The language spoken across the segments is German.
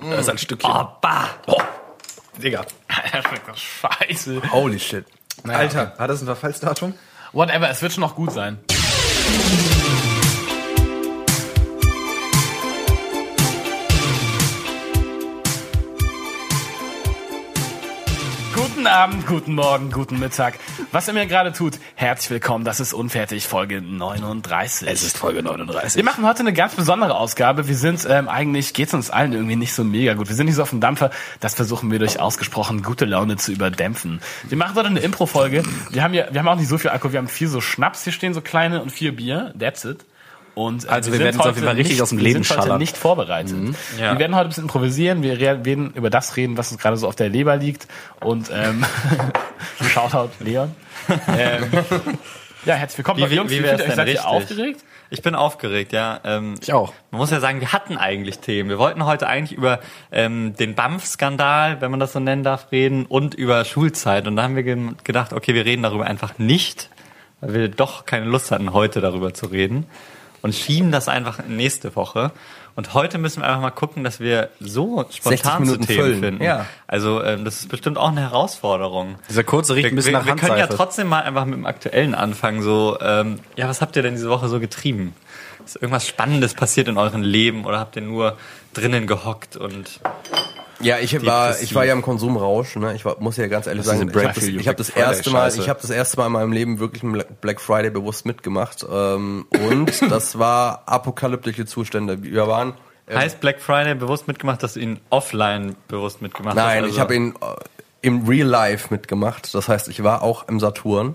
Da ist ein Stückchen. Oh, bah. Boah, Digga. Das schmeckt doch scheiße. Holy shit. Alter, hat das ein Verfallsdatum? Whatever, es wird schon noch gut sein. Guten Abend, guten Morgen, guten Mittag. Was ihr mir gerade tut, herzlich willkommen. Das ist Unfertig, Folge 39. Es ist Folge 39. Wir machen heute eine ganz besondere Ausgabe. Wir sind ähm, eigentlich geht's uns allen irgendwie nicht so mega gut. Wir sind nicht so auf dem Dampfer. Das versuchen wir durch ausgesprochen gute Laune zu überdämpfen. Wir machen heute eine Impro-Folge. Wir haben ja, wir haben auch nicht so viel Alkohol. Wir haben vier so Schnaps hier stehen, so kleine und vier Bier. That's it. Und, äh, Also wir sind werden uns auf jeden heute Fall richtig nicht, aus dem wir Leben sind heute schallern. Mhm. nicht vorbereitet. Ja. Wir werden heute ein bisschen improvisieren. Wir re- werden über das reden, was uns gerade so auf der Leber liegt. Und ähm, Shoutout Leon. ähm, ja, herzlich willkommen. Wie- wie- wie fühlt wär's ihr euch? denn Seid ihr richtig? aufgeregt? Ich bin aufgeregt, ja. Ähm, Ich auch. Man muss ja sagen, wir hatten eigentlich Themen. Wir wollten heute eigentlich über ähm, den BAMF-Skandal, wenn man das so nennen darf, reden und über Schulzeit. Und da haben wir gem- gedacht, okay, wir reden darüber einfach nicht, weil wir doch keine Lust hatten, heute darüber zu reden. Und schieben das einfach in nächste Woche. Und heute müssen wir einfach mal gucken, dass wir so 60 spontan zu Minuten Themen füllen, finden. ja. Also ähm, das ist bestimmt auch eine Herausforderung. Dieser kurze riecht Wir, ein bisschen wir, nach wir können ja Handseife. trotzdem mal einfach mit dem aktuellen anfangen. So, ähm, ja, was habt ihr denn diese Woche so getrieben? Ist irgendwas Spannendes passiert in eurem Leben oder habt ihr nur drinnen gehockt und Ja, ich war, Depressiv. ich war ja im Konsumrausch. Ne? Ich war, muss ja ganz ehrlich sagen, diese ich habe Black das, Friday, ich hab das Black erste Friday Mal, Scheiße. ich habe das erste Mal in meinem Leben wirklich einen Black Friday bewusst mitgemacht. Ähm, und das war apokalyptische Zustände. Wir waren ähm, heißt Black Friday bewusst mitgemacht, dass du ihn offline bewusst mitgemacht hast? Nein, Also- ich habe ihn äh, im Real Life mitgemacht. Das heißt, ich war auch im Saturn.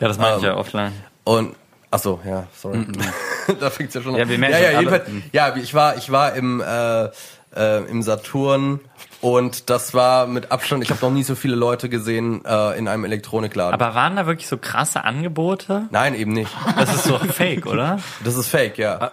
Ja, das meine ich Ähm, ja offline. Und ach so, ja, sorry. da fängt's ja schon an. Mm, Ja, wir merken ja, ja, schon alle- jedenfalls, ja, ich war ich war im äh, äh, im Saturn und das war mit Abstand, ich habe noch nie so viele Leute gesehen äh, in einem Elektronikladen. Aber waren da wirklich so krasse Angebote? Nein, eben nicht. Das ist so fake, oder? Das ist fake, ja.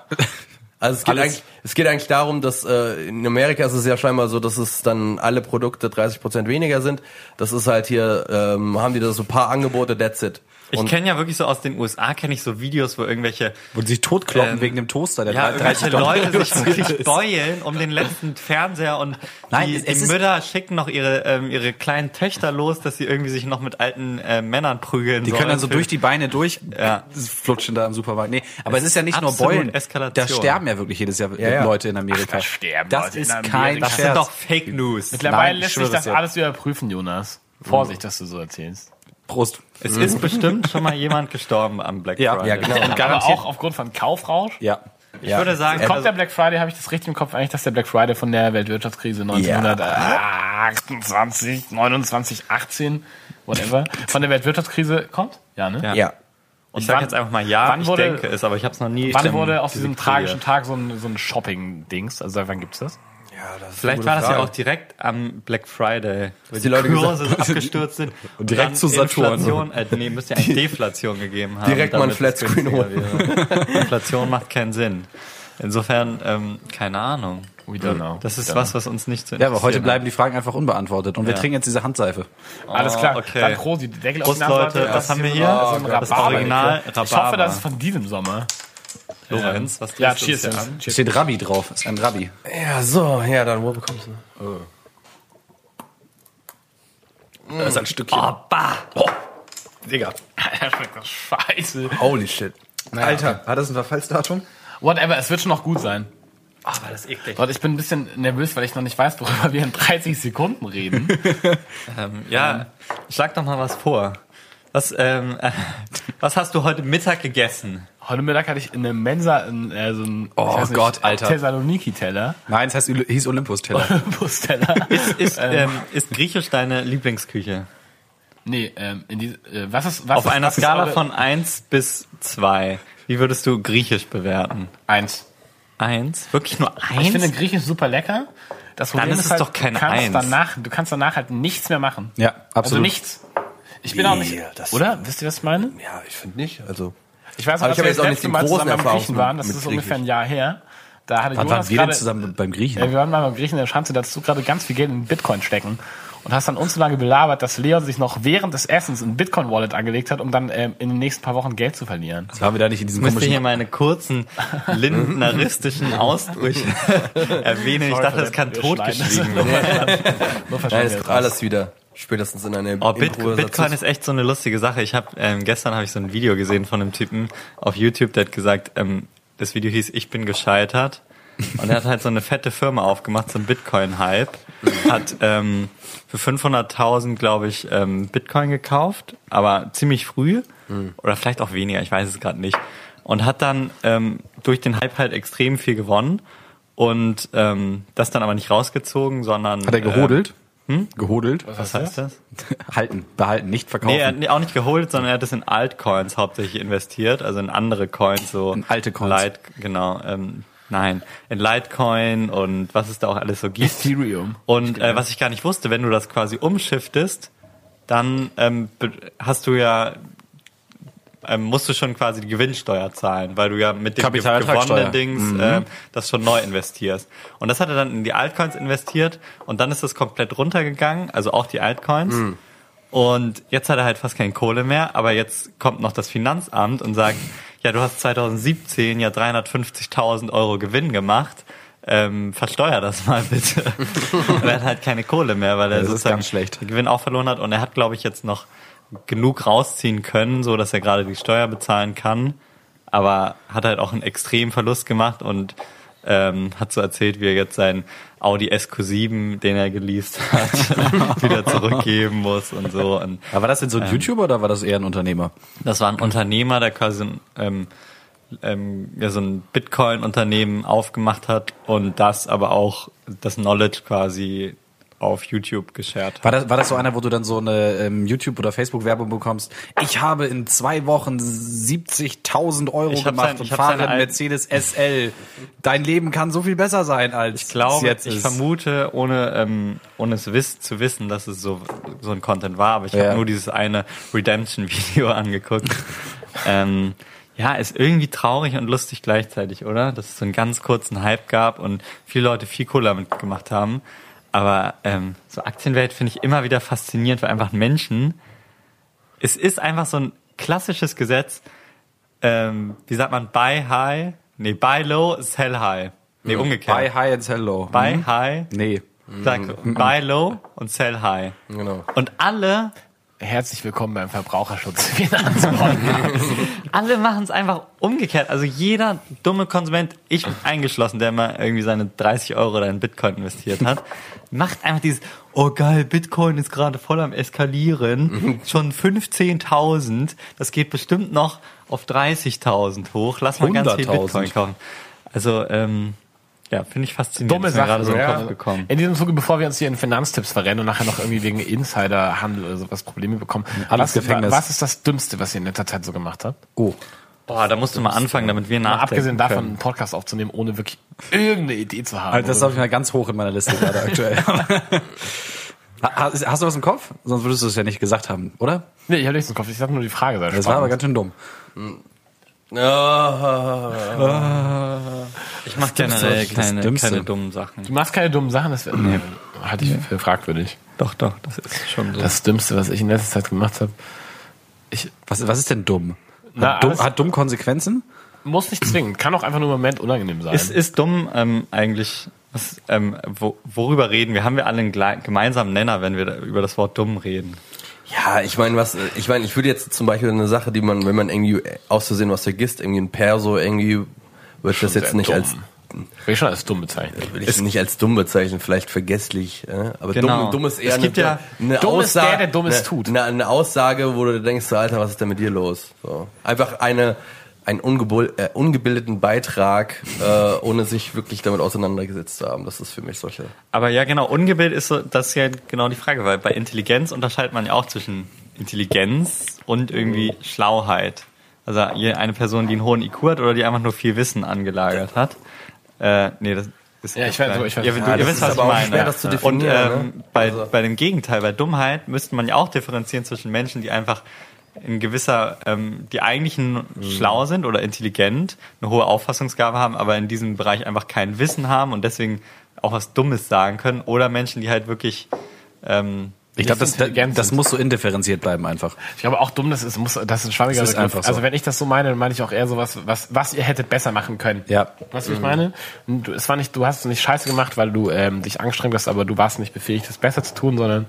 Also es geht, Ah. Alles- eigentlich, es geht eigentlich darum, dass äh, in Amerika ist es ja scheinbar so, dass es dann alle Produkte 30% weniger sind. Das ist halt hier, ähm, haben die da so ein paar Angebote, that's it. Ich Und- kenne ja wirklich so aus den USA, kenne ich so Videos, wo irgendwelche Wo die sich totkloppen Ähm, wegen dem Toaster, der ja, drei- 30 irgendwelche Dollar Leute sich kostet. wirklich beulen um den letzten Fernseher und Nein, die, es- es die ist- Mütter schicken noch ihre, ähm, ihre kleinen Töchter los, dass sie irgendwie sich noch mit alten äh, Männern prügeln Die können dann so durch die Beine durch Ja. flutschen da im Supermarkt. Nee, aber es ist ja nicht nur absolut Beulen. Da Eskalation. sterben ja wirklich jedes Jahr Ja, ja. Leute in Amerika. da sterben das Leute in ist Amerika. kein Das Das sind Scherz. doch Fake News. Mittlerweile ich lässt schwöre sich das es dir. alles überprüfen, Jonas. Mhm. Vorsicht, dass du so erzählst. Prost. Mhm. Es ist bestimmt schon mal jemand gestorben am Black Ja. Friday. Ja, genau. Und Aber garantiert, auch aufgrund von Kaufrausch. Ja. ich würde sagen, Kommt also, der Black Friday, habe ich das richtig im Kopf eigentlich, dass der Black Friday von der Weltwirtschaftskrise 1928, 29, 18, whatever, von der Weltwirtschaftskrise kommt? Ja, ne? Ja. Ja. ich sage wann- jetzt einfach mal ja, wann ich wurde- denke es, aber ich habe es noch nie. Wann Stimmt, wurde aus diese diesem Krise. tragischen Tag so ein, so ein Shopping-Dings? Also seit wann gibt's das? Ja, das ist Vielleicht war das ja auch die direkt am Black Friday, wo die, die Leute Kurse abgestürzt sind. Und direkt dann zu Saturn. Inflation, äh, nee, müsste ja eigentlich Deflation gegeben haben. Direkt mal ein damit es Flatscreen günstiger wäre. Inflation macht keinen Sinn. Insofern, ähm, keine Ahnung. We don't know. Das ist Don't was, was uns nicht so Ja, aber heute interessiert. bleiben die Fragen einfach unbeantwortet. Und wir Ja. trinken jetzt diese Handseife. Alles klar. Ah, okay. Dann Prosi, die Deckel Prost, Nase, Leute. das Was haben wir ist hier? So ein Oh Gott, das Rhabarber. Original Ich hoffe, Rhabarber. das ist von diesem Sommer. Lorenz, Ähm, was Ja, drehst du cheers. uns hier an? cheers. Steht Rabbi drauf. Ist ein Rabbi. Ja, so, ja, dann wo bekommst du? Da ist ein Stückchen. Oh, bah. Boah. Digga. Das schmeckt doch scheiße. Holy shit. Alter. Hat das ein Verfallsdatum? Whatever, es wird schon noch gut sein. Ah, war das eklig. Leute, ich bin ein bisschen nervös, weil ich noch nicht weiß, worüber wir in 30 Sekunden reden. Ähm, ja, schlag doch mal was vor. Was, ähm, äh, was hast du heute Mittag gegessen? Heute Mittag hatte ich in der Mensa einen, äh, so einen Oh ich weiß Gott, Alter. Thessaloniki-Teller, Nein, es heißt, Ül- hieß Olympus-Teller. Bus-Teller. Ist, ähm, ist Griechisch deine Lieblingsküche? nee, ähm, in die, äh, was ist, was Auf ist, einer was ist Skala eure- von 1 bis 2, wie würdest du Griechisch bewerten? eins. 1? Wirklich nur 1? Ich finde Griechisch super lecker. Das Problem ist es halt, doch kein du kannst Eins. danach, du kannst danach halt nichts mehr machen. Ja, Also absolut. nichts. Ich bin auch nicht, Nee, das- oder? Wisst ihr, was ich meine? Ja, ich finde nicht. Also Ich weiß Aber noch, ich habe als jetzt auch wir das nicht letzte den Mal großen zusammen beim Erfahrungs- Griechen waren, das mit ist ungefähr Griechisch. ein Jahr her, da hatte Wann Jonas waren wir denn gerade, zusammen beim Ja, Griechen? wir waren mal beim Griechen in der Schanze, da hattest du gerade ganz viel Geld in Bitcoin stecken. und hast dann uns so lange belabert, dass Leon sich noch während des Essens ein Bitcoin-Wallet angelegt hat, um dann ähm, in den nächsten paar Wochen Geld zu verlieren. Das waren wir da nicht in diesem Ich müsste hier komischen. meine kurzen lindneristischen Ausbrüche erwähnen. Ich dachte, das kann Wir schneiden das. totgeschwiegen werden. Nur Nein, verschwunden ist jetzt. alles wieder. Spätestens in einer Oh, Bit Improvisation. Bitcoin ist echt so eine lustige Sache. Ich habe ähm, gestern habe ich so ein Video gesehen von einem Typen auf YouTube, der hat gesagt, ähm, das Video hieß "Ich bin gescheitert" und er hat halt so eine fette Firma aufgemacht, so ein Bitcoin-Hype, hat ähm, für 500.000 glaube ich ähm, Bitcoin gekauft, aber ziemlich früh oder vielleicht auch weniger, ich weiß es gerade nicht, und hat dann ähm, durch den Hype halt extrem viel gewonnen und ähm, das dann aber nicht rausgezogen, sondern Hat er gehodelt? Hm? Gehodelt? Ähm, was heißt das? Halten, behalten, nicht verkaufen. Nee, er hat ni- auch nicht geholt, sondern er hat es in Altcoins hauptsächlich investiert, also in andere Coins, so In alte Coins. Lite, genau, ähm, nein, in Litecoin und was es da auch alles so gibt. Ethereum. Und äh, was ich gar nicht wusste, wenn du das quasi umschiftest, dann ähm, be- hast du ja ähm, musst du schon quasi die Gewinnsteuer zahlen, weil du ja mit dem ge- Kapitalertragssteuer. gewonnenen Dings Mhm. ähm, das schon neu investierst. Und das hat er dann in die Altcoins investiert und dann ist das komplett runtergegangen, also auch die Altcoins. Mhm. Und jetzt hat er halt fast keine Kohle mehr, aber jetzt kommt noch das Finanzamt und sagt, ja, du hast 2017 ja 350.000 Euro Gewinn gemacht, ähm, versteuer das mal bitte. und er hat halt keine Kohle mehr, weil er Das ist sozusagen ganz schlecht. den Gewinn auch verloren hat und er hat, glaube ich, jetzt noch genug rausziehen können, so dass er gerade die Steuer bezahlen kann, aber hat halt auch einen extremen Verlust gemacht und ähm, hat so erzählt, wie er jetzt seinen Audi SQ7, den er geleast hat, wieder zurückgeben muss und so. Und Aber war das denn so Ähm. ein YouTuber oder war das eher ein Unternehmer? das war ein Unternehmer, der quasi ein, ähm, ähm, ja, so ein Bitcoin-Unternehmen aufgemacht hat und das aber auch das Knowledge quasi auf YouTube geshared hat. War das, war das so einer, wo du dann so eine ähm, YouTube- oder Facebook-Werbung bekommst? Ich habe in zwei Wochen 70.000 Euro Ich hab gemacht sein- und ich hab fahre seine einen Al- Mercedes SL. Dein Leben kann so viel besser sein als ich glaube, jetzt ich ist. vermute, ohne, ähm, ohne es wiss, zu wissen, dass es so, so ein Content war, aber ich Ja. habe nur dieses eine Redemption-Video angeguckt. ähm, ja, ist irgendwie traurig und lustig gleichzeitig, oder? Dass es so einen ganz kurzen Hype gab und viele Leute viel Kohle damit gemacht haben. Aber ähm, so Aktienwelt finde ich immer wieder faszinierend, weil einfach Menschen, es ist einfach so ein klassisches Gesetz, ähm, wie sagt man, buy high, nee, buy low, sell high. Nee, umgekehrt. Mhm. Buy high and sell low. Buy Mhm. Hm? high, Nee. danke. Buy low und sell high. Genau. Und alle, Herzlich willkommen beim Verbraucherschutz. Finanzpodcast. alle machen es einfach umgekehrt. Also jeder dumme Konsument, ich eingeschlossen, der mal irgendwie seine 30 Euro oder in Bitcoin investiert hat, macht einfach dieses, oh geil, Bitcoin ist gerade voll am Mhm. eskalieren, schon 15.000, das geht bestimmt noch auf 30.000 hoch, lass mal ganz viel 100.000. Bitcoin kaufen. Also, ähm, ja, finde ich faszinierend. Dumme Ist mir Sache. gerade so in den ja. Kopf gekommen. In diesem Zuge, bevor wir uns hier in Finanztipps verrennen und nachher noch irgendwie wegen Insiderhandel oder sowas Probleme bekommen. alles was, Gefängnis. was ist das Dümmste, was ihr in letzter Zeit so gemacht habt? Oh. Boah, da musst du mal anfangen, damit wir Mal nachdenken abgesehen davon, können. einen Podcast aufzunehmen, ohne wirklich irgendeine Idee zu haben. Also das Oder- habe ich mal ganz hoch in meiner Liste gerade aktuell. Ha- Hast hast du was im Kopf? Sonst würdest du es ja nicht gesagt haben, oder? nee, ich habe nichts im Kopf. Ich habe nur die Frage. sei Das war Oh. spannend. aber ganz schön dumm. Ah, Ich mache generell Dümmste, das keine, Dümmste. keine dummen Sachen. du machst keine dummen Sachen. Das wär- halte ich für fragwürdig. Doch, doch, das ist schon so. Das Dümmste, was ich in letzter Zeit gemacht habe, ich Was, was ist denn dumm? Na, hat, dumm alles- hat dumm Konsequenzen? muss nicht zwingen. Kann auch einfach nur im Moment unangenehm sein. ist, ist dumm ähm, eigentlich, was, ähm, wo, worüber reden wir? Haben wir alle einen gle- gemeinsamen Nenner, wenn wir da über das Wort dumm reden? Ja, ich meine, was, ich meine, ich würde jetzt zum Beispiel eine Sache, die man, wenn man irgendwie auszusehen was vergisst, irgendwie ein Perso, irgendwie, würde ich das jetzt sehr nicht dumm. als, Würde ich schon als dumm bezeichnen. würde ich nicht als dumm bezeichnen, vielleicht vergesslich, äh? aber Genau. dumm, dumm ist eher Es gibt eine, ja- eine dumm ist Aussage, der, der Dummes eine, tut. Eine, eine Aussage, wo du denkst, so, Alter, was ist denn mit dir los? So. Einfach eine, einen ungebul- äh, ungebildeten Beitrag, äh, ohne sich wirklich damit auseinandergesetzt zu haben. Das ist für mich solche. Aber ja, genau, ungebildet ist so, das ist ja genau die Frage, weil bei Intelligenz unterscheidet man ja auch zwischen Intelligenz und irgendwie Schlauheit. Also je- eine Person, die einen hohen IQ hat oder die einfach nur viel Wissen angelagert hat. Äh, nee, das ist Ja, ich weiß, aber ich weiß- ihr, du, Ja, ihr das wisst, ist was ich aber auch meine. schwer, das zu und definieren, ähm, ne? bei, Also- bei dem Gegenteil, bei Dummheit müsste man ja auch differenzieren zwischen Menschen, die einfach in gewisser, ähm, die eigentlich n- Mhm. schlau sind oder intelligent, eine hohe Auffassungsgabe haben, aber in diesem Bereich einfach kein Wissen haben und deswegen auch was Dummes sagen können. Oder Menschen, die halt wirklich Ähm, Ich glaube, das, das, Ergänzend. das muss so indifferenziert bleiben einfach. Ich glaube auch dumm, das ist, muss, das ist ein schwammiger Das ist Begriff. einfach so. Also wenn ich das so meine, dann meine ich auch eher sowas, was, was ihr hättet besser machen können. Ja. Mhm. Weißt du, wie ich meine? Und Du, es war nicht, du hast es nicht scheiße gemacht, weil du ähm, dich angestrengt hast, aber du warst nicht befähigt, es besser zu tun, sondern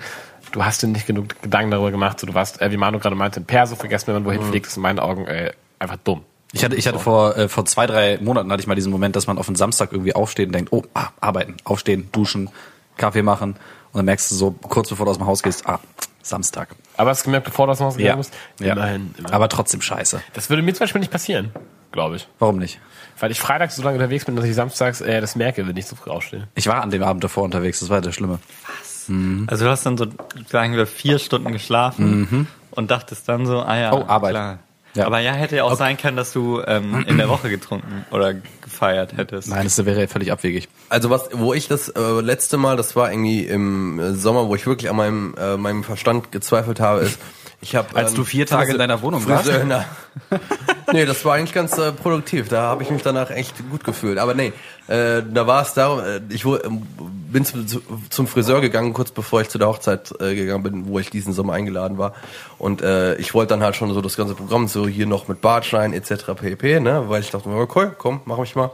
du hast dir nicht genug Gedanken darüber gemacht. So, du warst, äh, wie Manu gerade meinte, ein Perso vergessen, wenn man Mhm. wohin fliegt, ist in meinen Augen äh, einfach dumm. Ich hatte, ich hatte Genau. vor, äh, vor zwei, drei Monaten hatte ich mal diesen Moment, dass man auf einen Samstag irgendwie aufsteht und denkt, oh, ah, arbeiten, aufstehen, duschen, Kaffee machen. Und dann merkst du so, kurz bevor du aus dem Haus gehst, ah, Samstag. Aber hast du gemerkt, bevor du aus dem Haus gegangen bist? ja. Immerhin, immerhin. Aber trotzdem scheiße. Das würde mir zum Beispiel nicht passieren, glaube ich. Warum nicht? Weil ich freitags so lange unterwegs bin, dass ich samstags äh, das merke, wenn ich so früh aufstehe. Ich war an dem Abend davor unterwegs, das war das Schlimme. Mhm. Also du hast dann so, sagen wir, vier Stunden geschlafen und dachtest dann so, ah ja, Oh, Arbeit. Ja. Aber ja, hätte ja auch sein können, dass du ähm, in der Woche getrunken oder gefeiert hättest. Nein, das wäre ja völlig abwegig. Also was, wo ich das äh, letzte Mal, das war irgendwie im äh, Sommer, wo ich wirklich an meinem, äh, meinem Verstand gezweifelt habe, ist, ich habe Als du vier Tage in deiner Wohnung warst? Friseur, nee, das war eigentlich ganz äh, produktiv. Da habe ich mich danach echt gut gefühlt. Aber nee, äh, da war es darum, äh, ich wo, ähm, bin zum, zu- zum Friseur gegangen, kurz bevor ich zu der Hochzeit äh, gegangen bin, wo ich diesen Sommer eingeladen war. Und äh, ich wollte dann halt schon so das ganze Programm, so hier noch mit Bartschein etc. pp, ne? Weil ich dachte, mir, okay, komm, mach mich mal.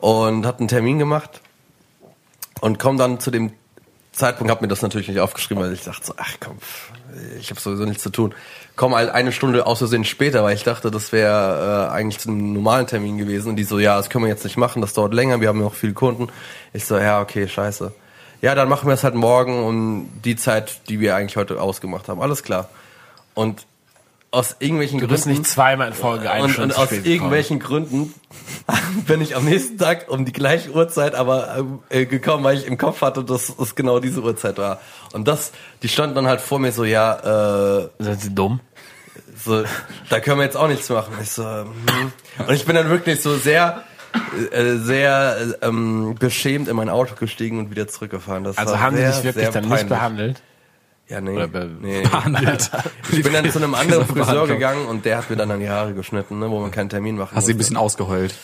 Und hat einen Termin gemacht und komm dann zu dem Zeitpunkt, habe mir das natürlich nicht aufgeschrieben, weil ich dachte so, ach komm, ich habe sowieso nichts zu tun. Komm halt eine Stunde aus Versehen später, weil ich dachte, das wäre äh, eigentlich zu einem normalen Termin gewesen. Und die so, ja, das können wir jetzt nicht machen, das dauert länger, wir haben ja auch viele Kunden. Ich so, ja, okay, scheiße. Ja, dann machen wir es halt morgen um die Zeit, die wir eigentlich heute ausgemacht haben. Alles klar. Und aus irgendwelchen Du bist nicht zweimal in Folge eine und, Stunde und zu aus spät gekommen. irgendwelchen Gründen bin ich am nächsten Tag um die gleiche Uhrzeit aber äh, gekommen, weil ich im Kopf hatte, dass es genau diese Uhrzeit war. Und das, die standen dann halt vor mir so, ja, äh, Sind sie dumm? so, da können wir jetzt auch nichts machen. Ich so, hm. Und ich bin dann wirklich so sehr, äh, sehr äh, ähm, beschämt in mein Auto gestiegen und wieder zurückgefahren. Das Also war haben sie sehr, dich wirklich sehr dann nicht peinlich. behandelt? Ja, nee. Oder be- nee. Behandelt. Ich bin dann zu einem anderen Genau, Friseur behandelt. gegangen und der hat mir dann an die Haare geschnitten, ne, wo man keinen Termin machen Hast du ein musste. bisschen ausgeheult.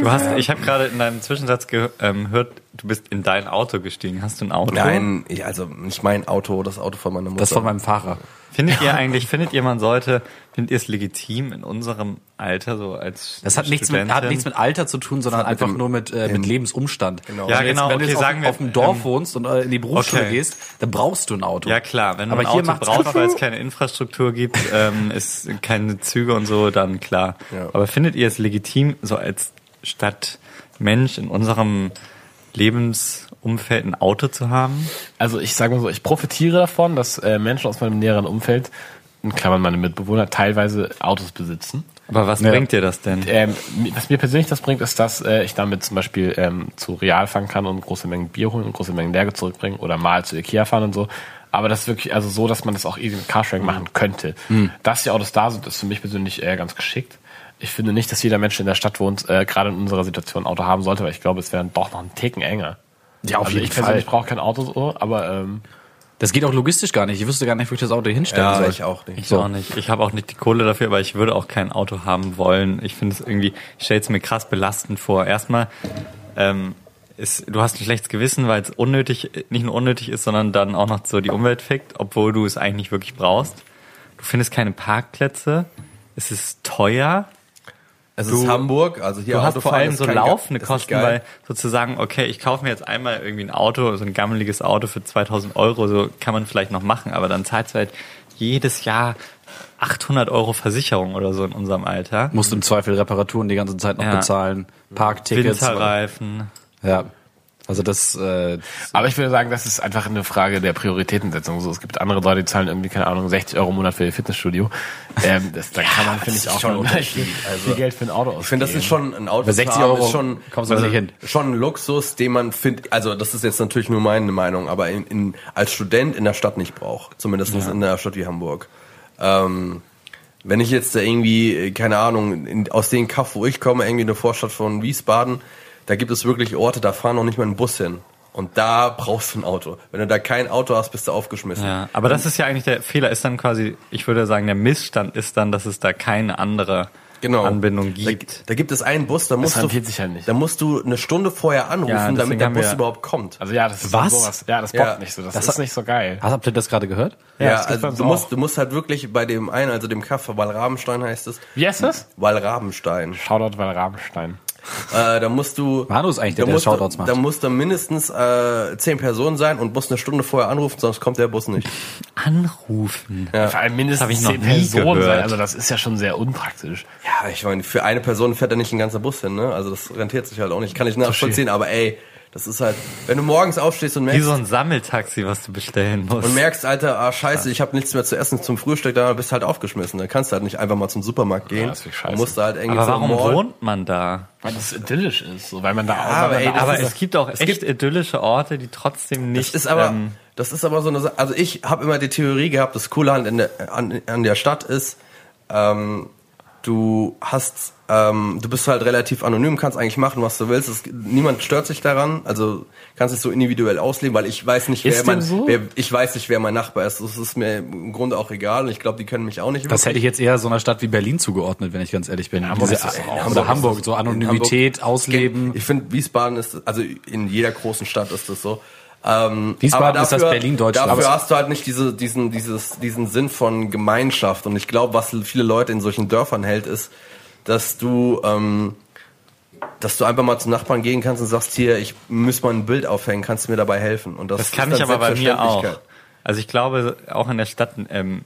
Du hast, ich habe gerade in deinem Zwischensatz gehört, ähm, gehört, du bist in dein Auto gestiegen. Hast du ein Auto? Nein, ich, also nicht mein Auto, das Auto von meiner Mutter. Das von meinem Fahrer. Findet ihr eigentlich, findet ihr, man sollte, findet ihr es legitim in unserem Alter so als Das hat nichts, mit, hat Studentin? nichts mit Alter zu tun, sondern einfach nur mit, äh, mit Lebensumstand. Genau. Ja, wenn du genau, Jetzt, wenn du okay, jetzt sagen auf, wir, auf dem Dorf ähm, wohnst und äh, in die Berufsschule okay. gehst, dann brauchst du ein Auto. Ja klar, wenn Aber man hier ein Auto macht's braucht, weil es keine Infrastruktur gibt, ähm, es keine Züge und so, dann klar. Aber findet ihr es legitim, so als Stadtmensch in unserem Lebensumfeld ein Auto zu haben? Also ich sage mal so, ich profitiere davon, dass äh, Menschen aus meinem näheren Umfeld, in Klammern meine Mitbewohner, teilweise Autos besitzen. Aber was bringt dir das denn? Ähm, mi- was mir persönlich das bringt, ist, dass äh, ich damit zum Beispiel ähm, zu Real fahren kann und große Mengen Bier holen und große Mengen Leerge zurückbringen oder mal zu Ikea fahren und so. Aber das ist wirklich also so, dass man das auch easy mit Mhm. Carsharing machen könnte. Dass die Autos da sind, ist für mich persönlich äh, ganz geschickt. Ich finde nicht, dass jeder Mensch, der in der Stadt wohnt, äh, gerade in unserer Situation ein Auto haben sollte, weil ich glaube, es wäre doch noch ein Ticken enger. Ja, auf also jeden ich persönlich Fall. brauche kein Auto so, aber ähm, Das geht auch logistisch gar nicht. Ich wüsste gar nicht, wo ich das Auto hinstellen ja, soll. ich auch nicht. Ich auch nicht. Ich habe auch nicht die Kohle dafür, aber ich würde auch kein Auto haben wollen. Ich finde es irgendwie, ich stelle es mir krass belastend vor. Erstmal, ähm, ist, du hast ein schlechtes Gewissen, weil es unnötig, nicht nur unnötig ist, sondern dann auch noch so die Umwelt fickt, obwohl du es eigentlich nicht wirklich brauchst. Du findest keine Parkplätze. Es ist teuer. Es Du- ist Hamburg, also hier Du hast vor Autofahren allem ist so kein Ge- laufende ist nicht Kosten, geil. weil sozusagen, okay, ich kaufe mir jetzt einmal irgendwie ein Auto, so ein gammeliges Auto für 2000 Euro, so kann man vielleicht noch machen, aber dann zahlst du halt jedes Jahr 800 Euro Versicherung oder so in unserem Alter. Musst im Zweifel Reparaturen die ganze Zeit noch Ja. bezahlen, Parktickets. Winterreifen. Ja. Also das, äh, Aber ich würde sagen, das ist einfach eine Frage der Prioritätensetzung. So, es gibt andere Leute, die zahlen irgendwie, keine Ahnung, 60 Euro im Monat für ihr Fitnessstudio. Ähm, das, da kann man, finde ich, auch schon ein mal Unterschied. viel Geld für ein Auto ausgeben. Ich finde, das ist schon ein Auto. Bei 60 zu haben, Euro ist schon, also kommst du da nicht hin. Schon ein Luxus, den man findet. Also das ist jetzt natürlich nur meine Meinung, aber in, in, als Student in der Stadt nicht braucht. Zumindest in einer Stadt wie Hamburg. Ähm, wenn ich jetzt da irgendwie, äh, keine Ahnung, in, aus dem Kaff, wo ich komme, irgendwie in der Vorstadt von Wiesbaden, da gibt es wirklich Orte, da fahren noch nicht mal ein Bus hin. Und da brauchst du ein Auto. Wenn du da kein Auto hast, bist du aufgeschmissen. Ja, aber das ist ja eigentlich der Fehler, ist dann quasi, ich würde sagen, der Missstand ist dann, dass es da keine andere Genau. Anbindung Da, gibt. da gibt es einen Bus, da musst rentiert du, sich halt nicht. da musst du eine Stunde vorher anrufen, Ja, deswegen damit der haben wir- Bus überhaupt kommt. Also ja, das ist Was? sowas. Ja, das bockt Ja. nicht so. Das, Das ist hat- nicht so geil. Habt ihr das gerade gehört? Ja, Ja, das gibt's bei also uns du auch. musst, du musst halt wirklich bei dem einen, also dem Kaffee, weil Rabenstein heißt es, Wie heißt das? weil Rabenstein. Shoutout weil Rabenstein. Äh, da musst du. Manu ist eigentlich der, da der musst du- Shoutouts macht. Da musst du mindestens äh, zehn Personen sein und Bus eine Stunde vorher anrufen, sonst kommt der Bus nicht. Anrufen. Vor allem hab mindestens ich noch zehn nie Personen gehört. sein. Also das ist ja schon sehr unpraktisch. Ja, ich meine, für eine Person fährt da nicht ein ganzer Bus hin, ne? Also das rentiert sich halt auch nicht. Kann ich nachvollziehen, aber ey, das ist halt, wenn du morgens aufstehst und Wie merkst, so ein Sammeltaxi, was du bestellen musst. und merkst, Alter, ah scheiße, ich habe nichts mehr zu essen zum Frühstück, dann bist du halt aufgeschmissen. Dann kannst du halt nicht einfach mal zum Supermarkt gehen. das ist scheiße. musst du halt irgendwie aber zur warum Mall- wohnt man da? Weil das idyllisch ist, so weil man da Ja, aber weil man ey, da Aber ist- es gibt auch echt gibt- idyllische Orte, die trotzdem nicht. Das ist aber, ähm, das ist aber so eine Sache. Also ich habe immer die Theorie gehabt, das Coole an, in der, an, an der Stadt ist, ähm, du hast, ähm, du bist halt relativ anonym, kannst eigentlich machen, was du willst. Es, niemand stört sich daran. Also kannst es so individuell ausleben, weil ich weiß nicht, wer Ist mein, dem so? wer, ich weiß nicht, wer mein Nachbar ist. Das ist mir im Grunde auch egal. Und ich glaube, die können mich auch nicht. Das hätte wirklich. ich jetzt eher so einer Stadt wie Berlin zugeordnet, wenn ich ganz ehrlich bin. Hamburg Diese, äh, ist das auch oder so. Hamburg, so Anonymität, In Hamburg- Ausleben. Ich finde, Wiesbaden ist, also in jeder großen Stadt ist das so. Ähm, Wiesbaden aber ist das Berlin Deutschlands. Dafür Aber- hast du halt nicht diese, diesen, dieses, diesen Sinn von Gemeinschaft. Und ich glaube, was viele Leute in solchen Dörfern hält, ist, dass du, ähm, dass du einfach mal zum Nachbarn gehen kannst und sagst, hier, ich muss mal ein Bild aufhängen, kannst du mir dabei helfen? Und das, Das kann ist ich dann aber bei mir auch. Selbstverständlichkeit. Also ich glaube, auch in der Stadt ähm,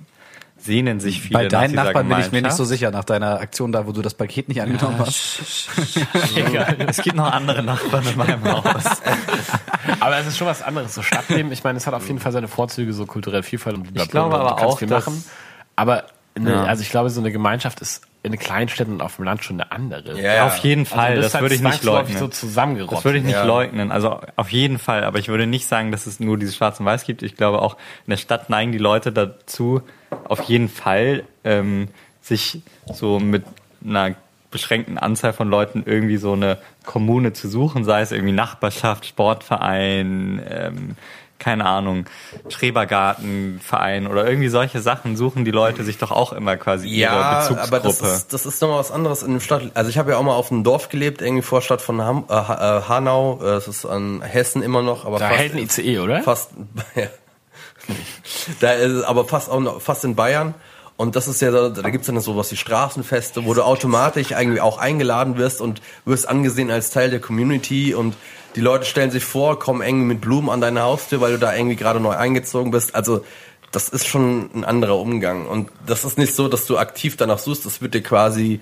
sehnen sich viele Bei deinen nach dieser Nachbarn bin ich mir nicht Gemeinschaft. so sicher, nach deiner Aktion da, wo du das Paket nicht angenommen hast. Egal. Es gibt noch andere Nachbarn in meinem Haus. Aber es ist schon was anderes. So Stadtleben, ich meine, es hat auf jeden Fall seine Vorzüge, so kulturelle Vielfalt und blablabla. glaube aber du kannst auch, viel dass- machen. Aber ne, Ja. also ich glaube, so eine Gemeinschaft ist in kleinen Städten und auf dem Land schon eine andere. Ja, ja. Auf jeden Fall, Also du bist das halt würde ich nicht zwangsläufig leugnen. so zusammengerottet. Das würde ich nicht Ja. leugnen. Also auf jeden Fall. Aber ich würde nicht sagen, dass es nur dieses Schwarz und Weiß gibt. Ich glaube auch in der Stadt neigen die Leute dazu, auf jeden Fall ähm, sich so mit einer beschränkten Anzahl von Leuten irgendwie so eine Kommune zu suchen, sei es irgendwie Nachbarschaft, Sportverein, ähm, keine Ahnung, Schrebergartenverein oder irgendwie solche Sachen suchen die Leute sich doch auch immer quasi ihre Ja, Bezugsgruppe. aber das ist, das ist nochmal was anderes in dem Stadt. Also ich habe ja auch mal auf einem Dorf gelebt, irgendwie Vorstadt von Ham, äh, Ha- äh, Hanau. Äh, Es ist an Hessen immer noch, aber Da hält ein ICE, oder? fast ja. da ist es aber fast auch noch, fast in Bayern und das ist ja so- da gibt's dann so was wie Straßenfeste, wo du automatisch irgendwie auch eingeladen wirst und wirst angesehen als Teil der Community und die Leute stellen sich vor, kommen eng mit Blumen an deine Haustür, weil du da irgendwie gerade neu eingezogen bist. Also das ist schon ein anderer Umgang und das ist nicht so, dass du aktiv danach suchst, das wird dir quasi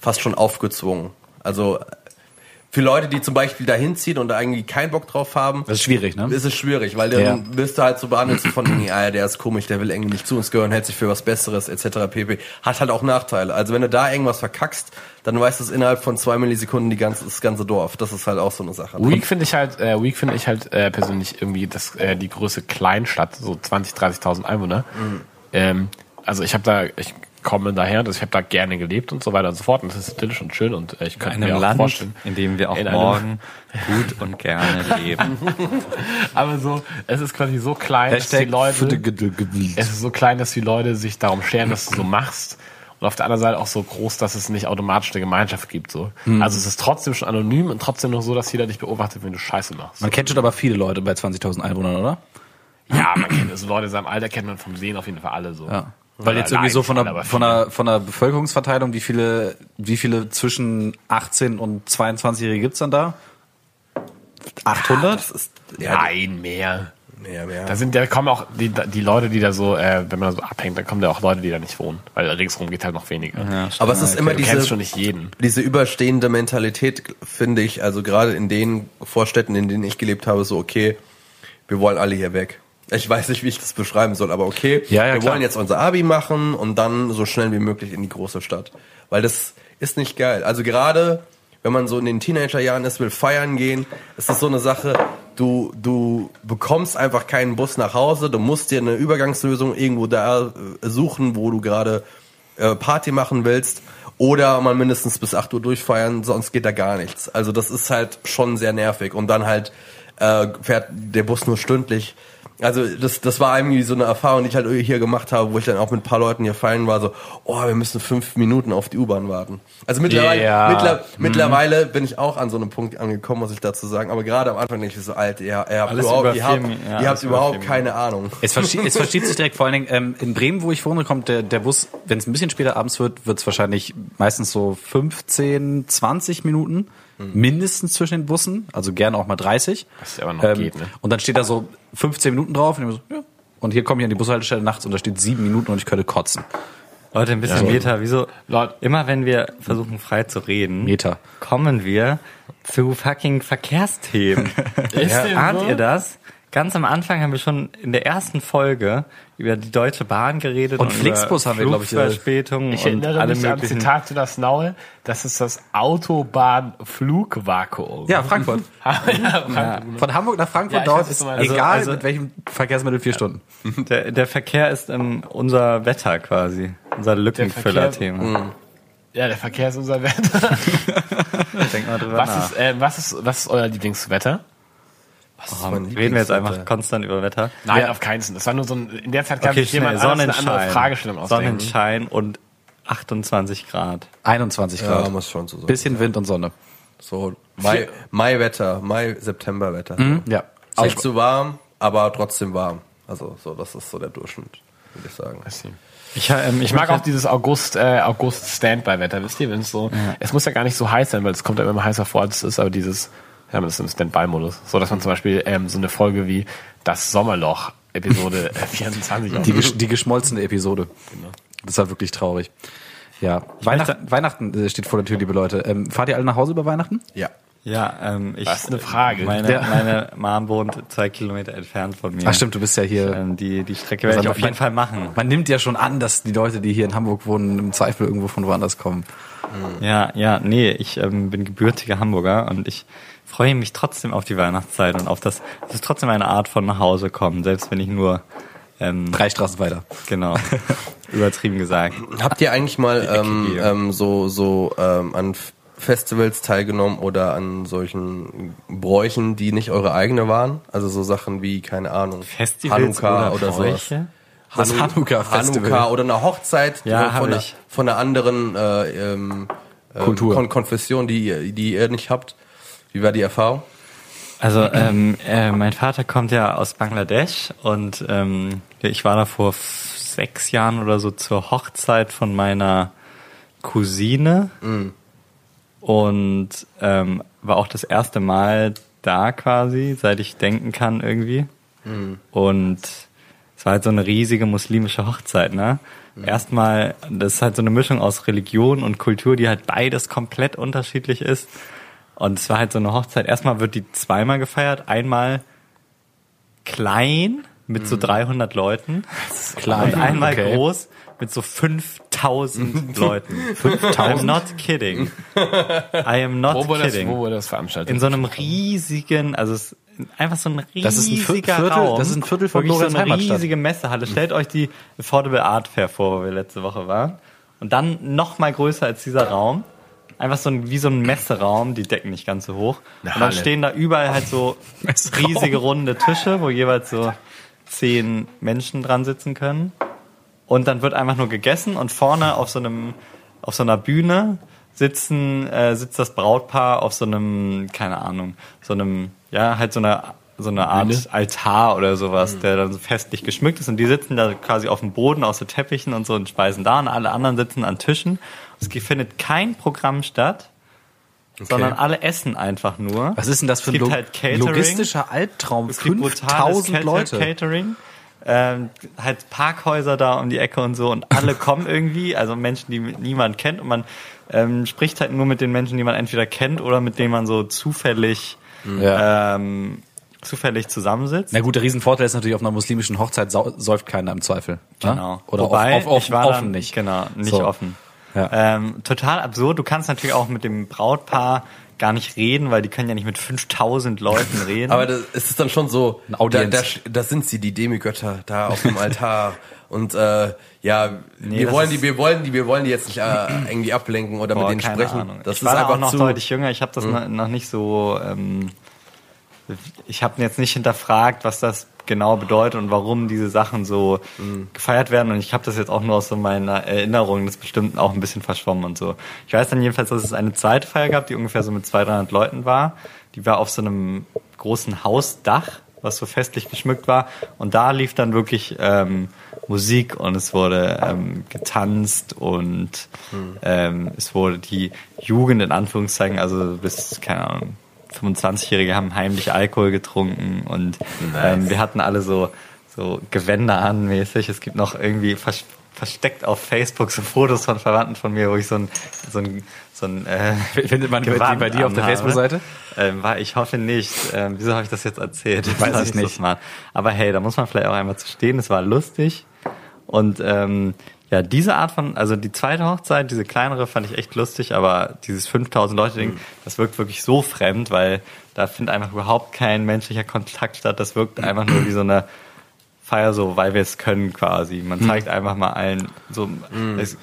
fast schon aufgezwungen. Also für Leute, die zum Beispiel dahin ziehen und da irgendwie keinen Bock drauf haben, Das ist schwierig, ne? ist es schwierig, weil dann Ja. wirst du halt so behandelt so von, irgendwie, ah, ja, der ist komisch, der will irgendwie nicht zu uns gehören, hält sich für was Besseres, etc. pp. Hat halt auch Nachteile. Also wenn du da irgendwas verkackst, dann weißt du es innerhalb von zwei Millisekunden die ganze, das ganze Dorf. Das ist halt auch so eine Sache. Weak finde ich halt, äh, Weak finde ich halt äh, persönlich irgendwie das, äh, die Größe Kleinstadt, so 20.000, 30.000 Einwohner. Mhm. Ähm, also ich habe da, ich komme daher und ich habe da gerne gelebt und so weiter und so fort. Und es ist idyllisch und schön und äh, ich in könnte mir einem auch Land, vorstellen. in dem wir auch In einem- morgen gut und gerne leben. Aber so, es ist quasi so klein, dass die Hashtag Leute, es Leute. ist so klein, dass die Leute sich darum scheren, dass du so machst. Und auf der anderen Seite auch so groß, dass es nicht automatisch eine Gemeinschaft gibt. So. Hm. Also es ist trotzdem schon anonym und trotzdem noch so, dass jeder dich beobachtet, wenn du Scheiße machst. Man kennt schon aber viele Leute bei 20.000 Einwohnern, oder? Ja, man kennt so Leute in seinem Alter kennt man vom Sehen auf jeden Fall alle so. Ja. Weil jetzt irgendwie so von der, von der, von der Bevölkerungsverteilung, wie viele, wie viele zwischen 18 und 22-Jährige gibt's dann da? 800? Das ist, ja, Nein, mehr. mehr, mehr. Da sind, da kommen auch die, die Leute, die da so, äh, wenn man da so abhängt, dann kommen da auch Leute, die da nicht wohnen, weil ringsrum geht halt noch weniger. aber es ist immer Du kennst diese, schon nicht jeden. diese überstehende Mentalität, finde ich, also gerade in den Vorstädten, in denen ich gelebt habe, so, okay, wir wollen alle hier weg. Ich weiß nicht, wie ich das beschreiben soll, aber okay, Ja, ja, wir klar. wollen jetzt unser Abi machen und dann so schnell wie möglich in die große Stadt. Weil das ist nicht geil. Also gerade, wenn man so in den Teenagerjahren ist, will feiern gehen, ist das so eine Sache, du, du bekommst einfach keinen Bus nach Hause, du musst dir eine Übergangslösung irgendwo da äh, suchen, wo du gerade äh, Party machen willst oder mal mindestens bis 8 Uhr durchfeiern, sonst geht da gar nichts. Also das ist halt schon sehr nervig und dann halt äh, fährt der Bus nur stündlich. Also das, das war irgendwie so eine Erfahrung, die ich halt hier gemacht habe, wo ich dann auch mit ein paar Leuten hier fallen war, so, oh, wir müssen fünf Minuten auf die U-Bahn warten. Also mittlerweile, Ja. mittler, Mhm. mittlerweile bin ich auch an so einem Punkt angekommen, muss ich dazu sagen. Aber gerade am Anfang denke ich so, alt, ihr, ihr habt Alles überhaupt, über ihr habt, vier Mi- ja, ihr habt alles über überhaupt vier keine Ahnung. Es verschiebt, es verschiebt sich direkt, vor allen Dingen ähm, in Bremen, wo ich wohne, kommt der, der Bus, wenn es ein bisschen später abends wird, wird es wahrscheinlich meistens so 15, 20 Minuten mindestens zwischen den Bussen, also gerne auch mal 30. Hm. Was ja aber noch geht, ne? Und dann steht da so 15 Minuten drauf und, ich so, ja. und hier komme ich an die Bushaltestelle nachts und da steht sieben Minuten und ich könnte kotzen. Leute, ein bisschen Meta. Wieso? Leute. Immer wenn wir versuchen, frei zu reden, Meta. kommen wir zu fucking Verkehrsthemen. Ist ja, dem ahnt so? ihr das? Ganz am Anfang haben wir schon in der ersten Folge über die Deutsche Bahn geredet. Und Flixbus über haben wir, glaub ich, äh, Flugverspätungen Ich und erinnere alle mich an möglichen. Zitat zu das Naue, das ist das Autobahnflugvakuum. Ja, Frankfurt. ja, Frank- Von Hamburg nach Ja, Frankfurt ich dauert weiß, was es, du meinst. egal Also- mit welchem Verkehrsmittel, vier Stunden. Der, der Verkehr ist ähm, unser Wetter quasi. Unser Hm. Lückenfüller-Thema. ja, der Verkehr ist unser Wetter. Denk mal drüber nach. Was ist, äh, was ist, was ist euer Lieblingswetter? Das ist mein Reden wir jetzt Lieblingswetter. einfach konstant über Wetter. Nein, auf keinen Fall. Das war nur so ein, in der Zeit kann Okay, sich jemand schnell. anders eine andere um Sonnenschein. Fragestellung ausdenken. Sonnenschein und 28 Grad. 21 Grad. Ja, muss schon so sein. bisschen Wind und Sonne. So, Mai, Mai-Wetter, Mai-September-Wetter. Mhm. Ja. Also So. Nicht zu warm, aber trotzdem warm. Also, so, das ist so der Durchschnitt, würde ich sagen. Also, Ich, ähm, Ich mag auch dieses August, äh, August Standby-Wetter, wisst ihr, wenn es so, es muss ja gar nicht so heiß sein, weil es kommt ja immer heißer vor, als es ist, aber dieses, ja, man ist im Standby-Modus. So, dass man zum Beispiel, ähm, so eine Folge wie das Sommerloch, Episode äh, 24 Die, aufnimmt. gesch die geschmolzene Episode. Genau. Das war wirklich traurig. Ja, Weihnachten, Weihnachten äh, steht vor der Tür, liebe Leute. Ähm, fahrt ihr alle nach Hause über Weihnachten? Ja. Ja, ähm, ich. Was eine Frage. Meine, Ja. meine Mom wohnt zwei Kilometer entfernt von mir. Ach stimmt, du bist ja hier. Ähm, die, die Strecke werde ich auf jeden Fall machen. Also Man nimmt ja schon an, dass die Leute, die hier in Hamburg wohnen, im Zweifel irgendwo von woanders kommen. Ja, ja, nee, ich ähm, bin gebürtiger Hamburger und ich freue mich trotzdem auf die Weihnachtszeit und auf das. Es ist trotzdem eine Art von nach Hause kommen, selbst wenn ich nur, ähm, Drei Straßen weiter. genau, übertrieben gesagt. Habt ihr eigentlich mal ähm, Ecke, ja. ähm, so, so ähm, an F- Festivals teilgenommen oder an solchen Bräuchen, die nicht eure eigene waren? Also so Sachen wie, keine Ahnung, Festivals Hanukkah oder, oder sowas. Bräuche? Das Hanu- Hanukkah-Festival. Hanukkah oder eine Hochzeit die Ja, man hab von, einer, ich. von einer anderen äh, ähm, ähm, Kultur. Kon Konfession, die, ihr- die ihr nicht habt. Wie war die Erfahrung? Also ähm, äh, mein Vater kommt ja aus Bangladesch und ähm, ich war da vor f- sechs Jahren oder so zur Hochzeit von meiner Cousine und ähm, war auch das erste Mal da quasi, seit ich denken kann irgendwie. Und es war halt so eine riesige muslimische Hochzeit, ne? Erstmal, das ist halt so eine Mischung aus Religion und Kultur, die halt beides komplett unterschiedlich ist. Und es war halt so eine Hochzeit. Erstmal wird die zweimal gefeiert. Einmal klein mit Mhm. so 300 Leuten. Ah, klein, Und einmal okay. groß mit so 5000 Leuten. 5000? I'm not kidding. I am not Wo wurde, das, kidding. wo wurde das veranstaltet? In so einem riesigen, also es einfach so ein riesiger Das ist ein Viertel- Raum. das ist ein Viertel von Wirklich Lorenz so eine Heimatstadt. riesige Messehalle. Stellt euch die Affordable Art Fair vor, wo wir letzte Woche waren. Und dann noch mal größer als dieser Raum. Einfach so ein, wie so ein Messeraum, die Decken nicht ganz so hoch. Eine und dann Halle. stehen da überall halt so Messeraum. riesige runde Tische, wo jeweils so zehn Menschen dran sitzen können. Und dann wird einfach nur gegessen und vorne auf so einem, auf so einer Bühne sitzen, äh, sitzt das Brautpaar auf so einem, keine Ahnung, so einem, ja, halt so einer, so eine Art Bühne? Altar oder sowas, der dann so festlich geschmückt ist und die sitzen da quasi auf dem Boden aus so Teppichen und so und speisen da und alle anderen sitzen an Tischen. Es findet kein Programm statt, sondern alle essen einfach nur. Was ist denn das für Es ein gibt Lo halt Catering. logistischer Albtraum? Es gibt brutales 5000 Cater- Leute. Catering. Ähm, halt Parkhäuser da um die Ecke und so und alle kommen irgendwie, also Menschen, die niemand kennt und man ähm, spricht halt nur mit den Menschen, die man entweder kennt oder mit denen man so zufällig Ja. ähm, zufällig zusammensitzt. Na gut, der Riesenvorteil ist natürlich, auf einer muslimischen Hochzeit sau- säuft keiner im Zweifel. ne? Genau. Oder Wobei, auf, auf, auf, ich war offen dann, nicht. Genau, nicht So. offen. Ja. Ähm, total absurd. Du kannst natürlich auch mit dem Brautpaar gar nicht reden, weil die können ja nicht mit 5000 Leuten reden. Aber das, es ist dann schon so, Eine da, Audienz. da, da sind sie, die Demigötter, da auf dem Altar. Und äh, ja, wir das wollen die, ist- wir wollen die, wir wollen die jetzt nicht äh, irgendwie ablenken oder Boah, mit denen keine sprechen. Ahnung. Das ich ist Hm. war da einfach auch noch zu. deutlich jünger. Ich habe das noch, noch nicht so ähm, ich habe jetzt nicht hinterfragt, was das genau bedeutet und warum diese Sachen so gefeiert werden. Und ich habe das jetzt auch nur aus so meiner Erinnerung, das ist bestimmt auch ein bisschen verschwommen und so. Ich weiß dann jedenfalls, dass es eine zweite Feier gab, die ungefähr so mit 200, 300 Leuten war. Die war auf so einem großen Hausdach, was so festlich geschmückt war. Und da lief dann wirklich ähm, Musik und es wurde ähm, getanzt und ähm, es wurde die Jugend in Anführungszeichen, also bis, keine Ahnung, 25-Jährige haben heimlich Alkohol getrunken und ähm, wir hatten alle so, so Gewänder an mäßig. Es gibt noch irgendwie vers versteckt auf Facebook so Fotos von Verwandten von mir, wo ich so ein, so ein, so ein äh, Findet man die bei, Gewand bei dir auf der anhabe. Facebook-Seite? Ähm, war ich hoffe nicht. Ähm, wieso habe ich das jetzt erzählt? Weiß Soll ich das nicht. machen? Aber hey, da muss man vielleicht auch einmal zu stehen. Es war lustig. Und ähm, ja, diese Art von, also die zweite Hochzeit, diese kleinere, fand ich echt lustig, aber dieses 5000 Leute Ding, das wirkt wirklich so fremd, weil da findet einfach überhaupt kein menschlicher Kontakt statt. Das wirkt einfach nur wie so eine Feier so, weil wir es können quasi. Man zeigt einfach mal allen so. Es,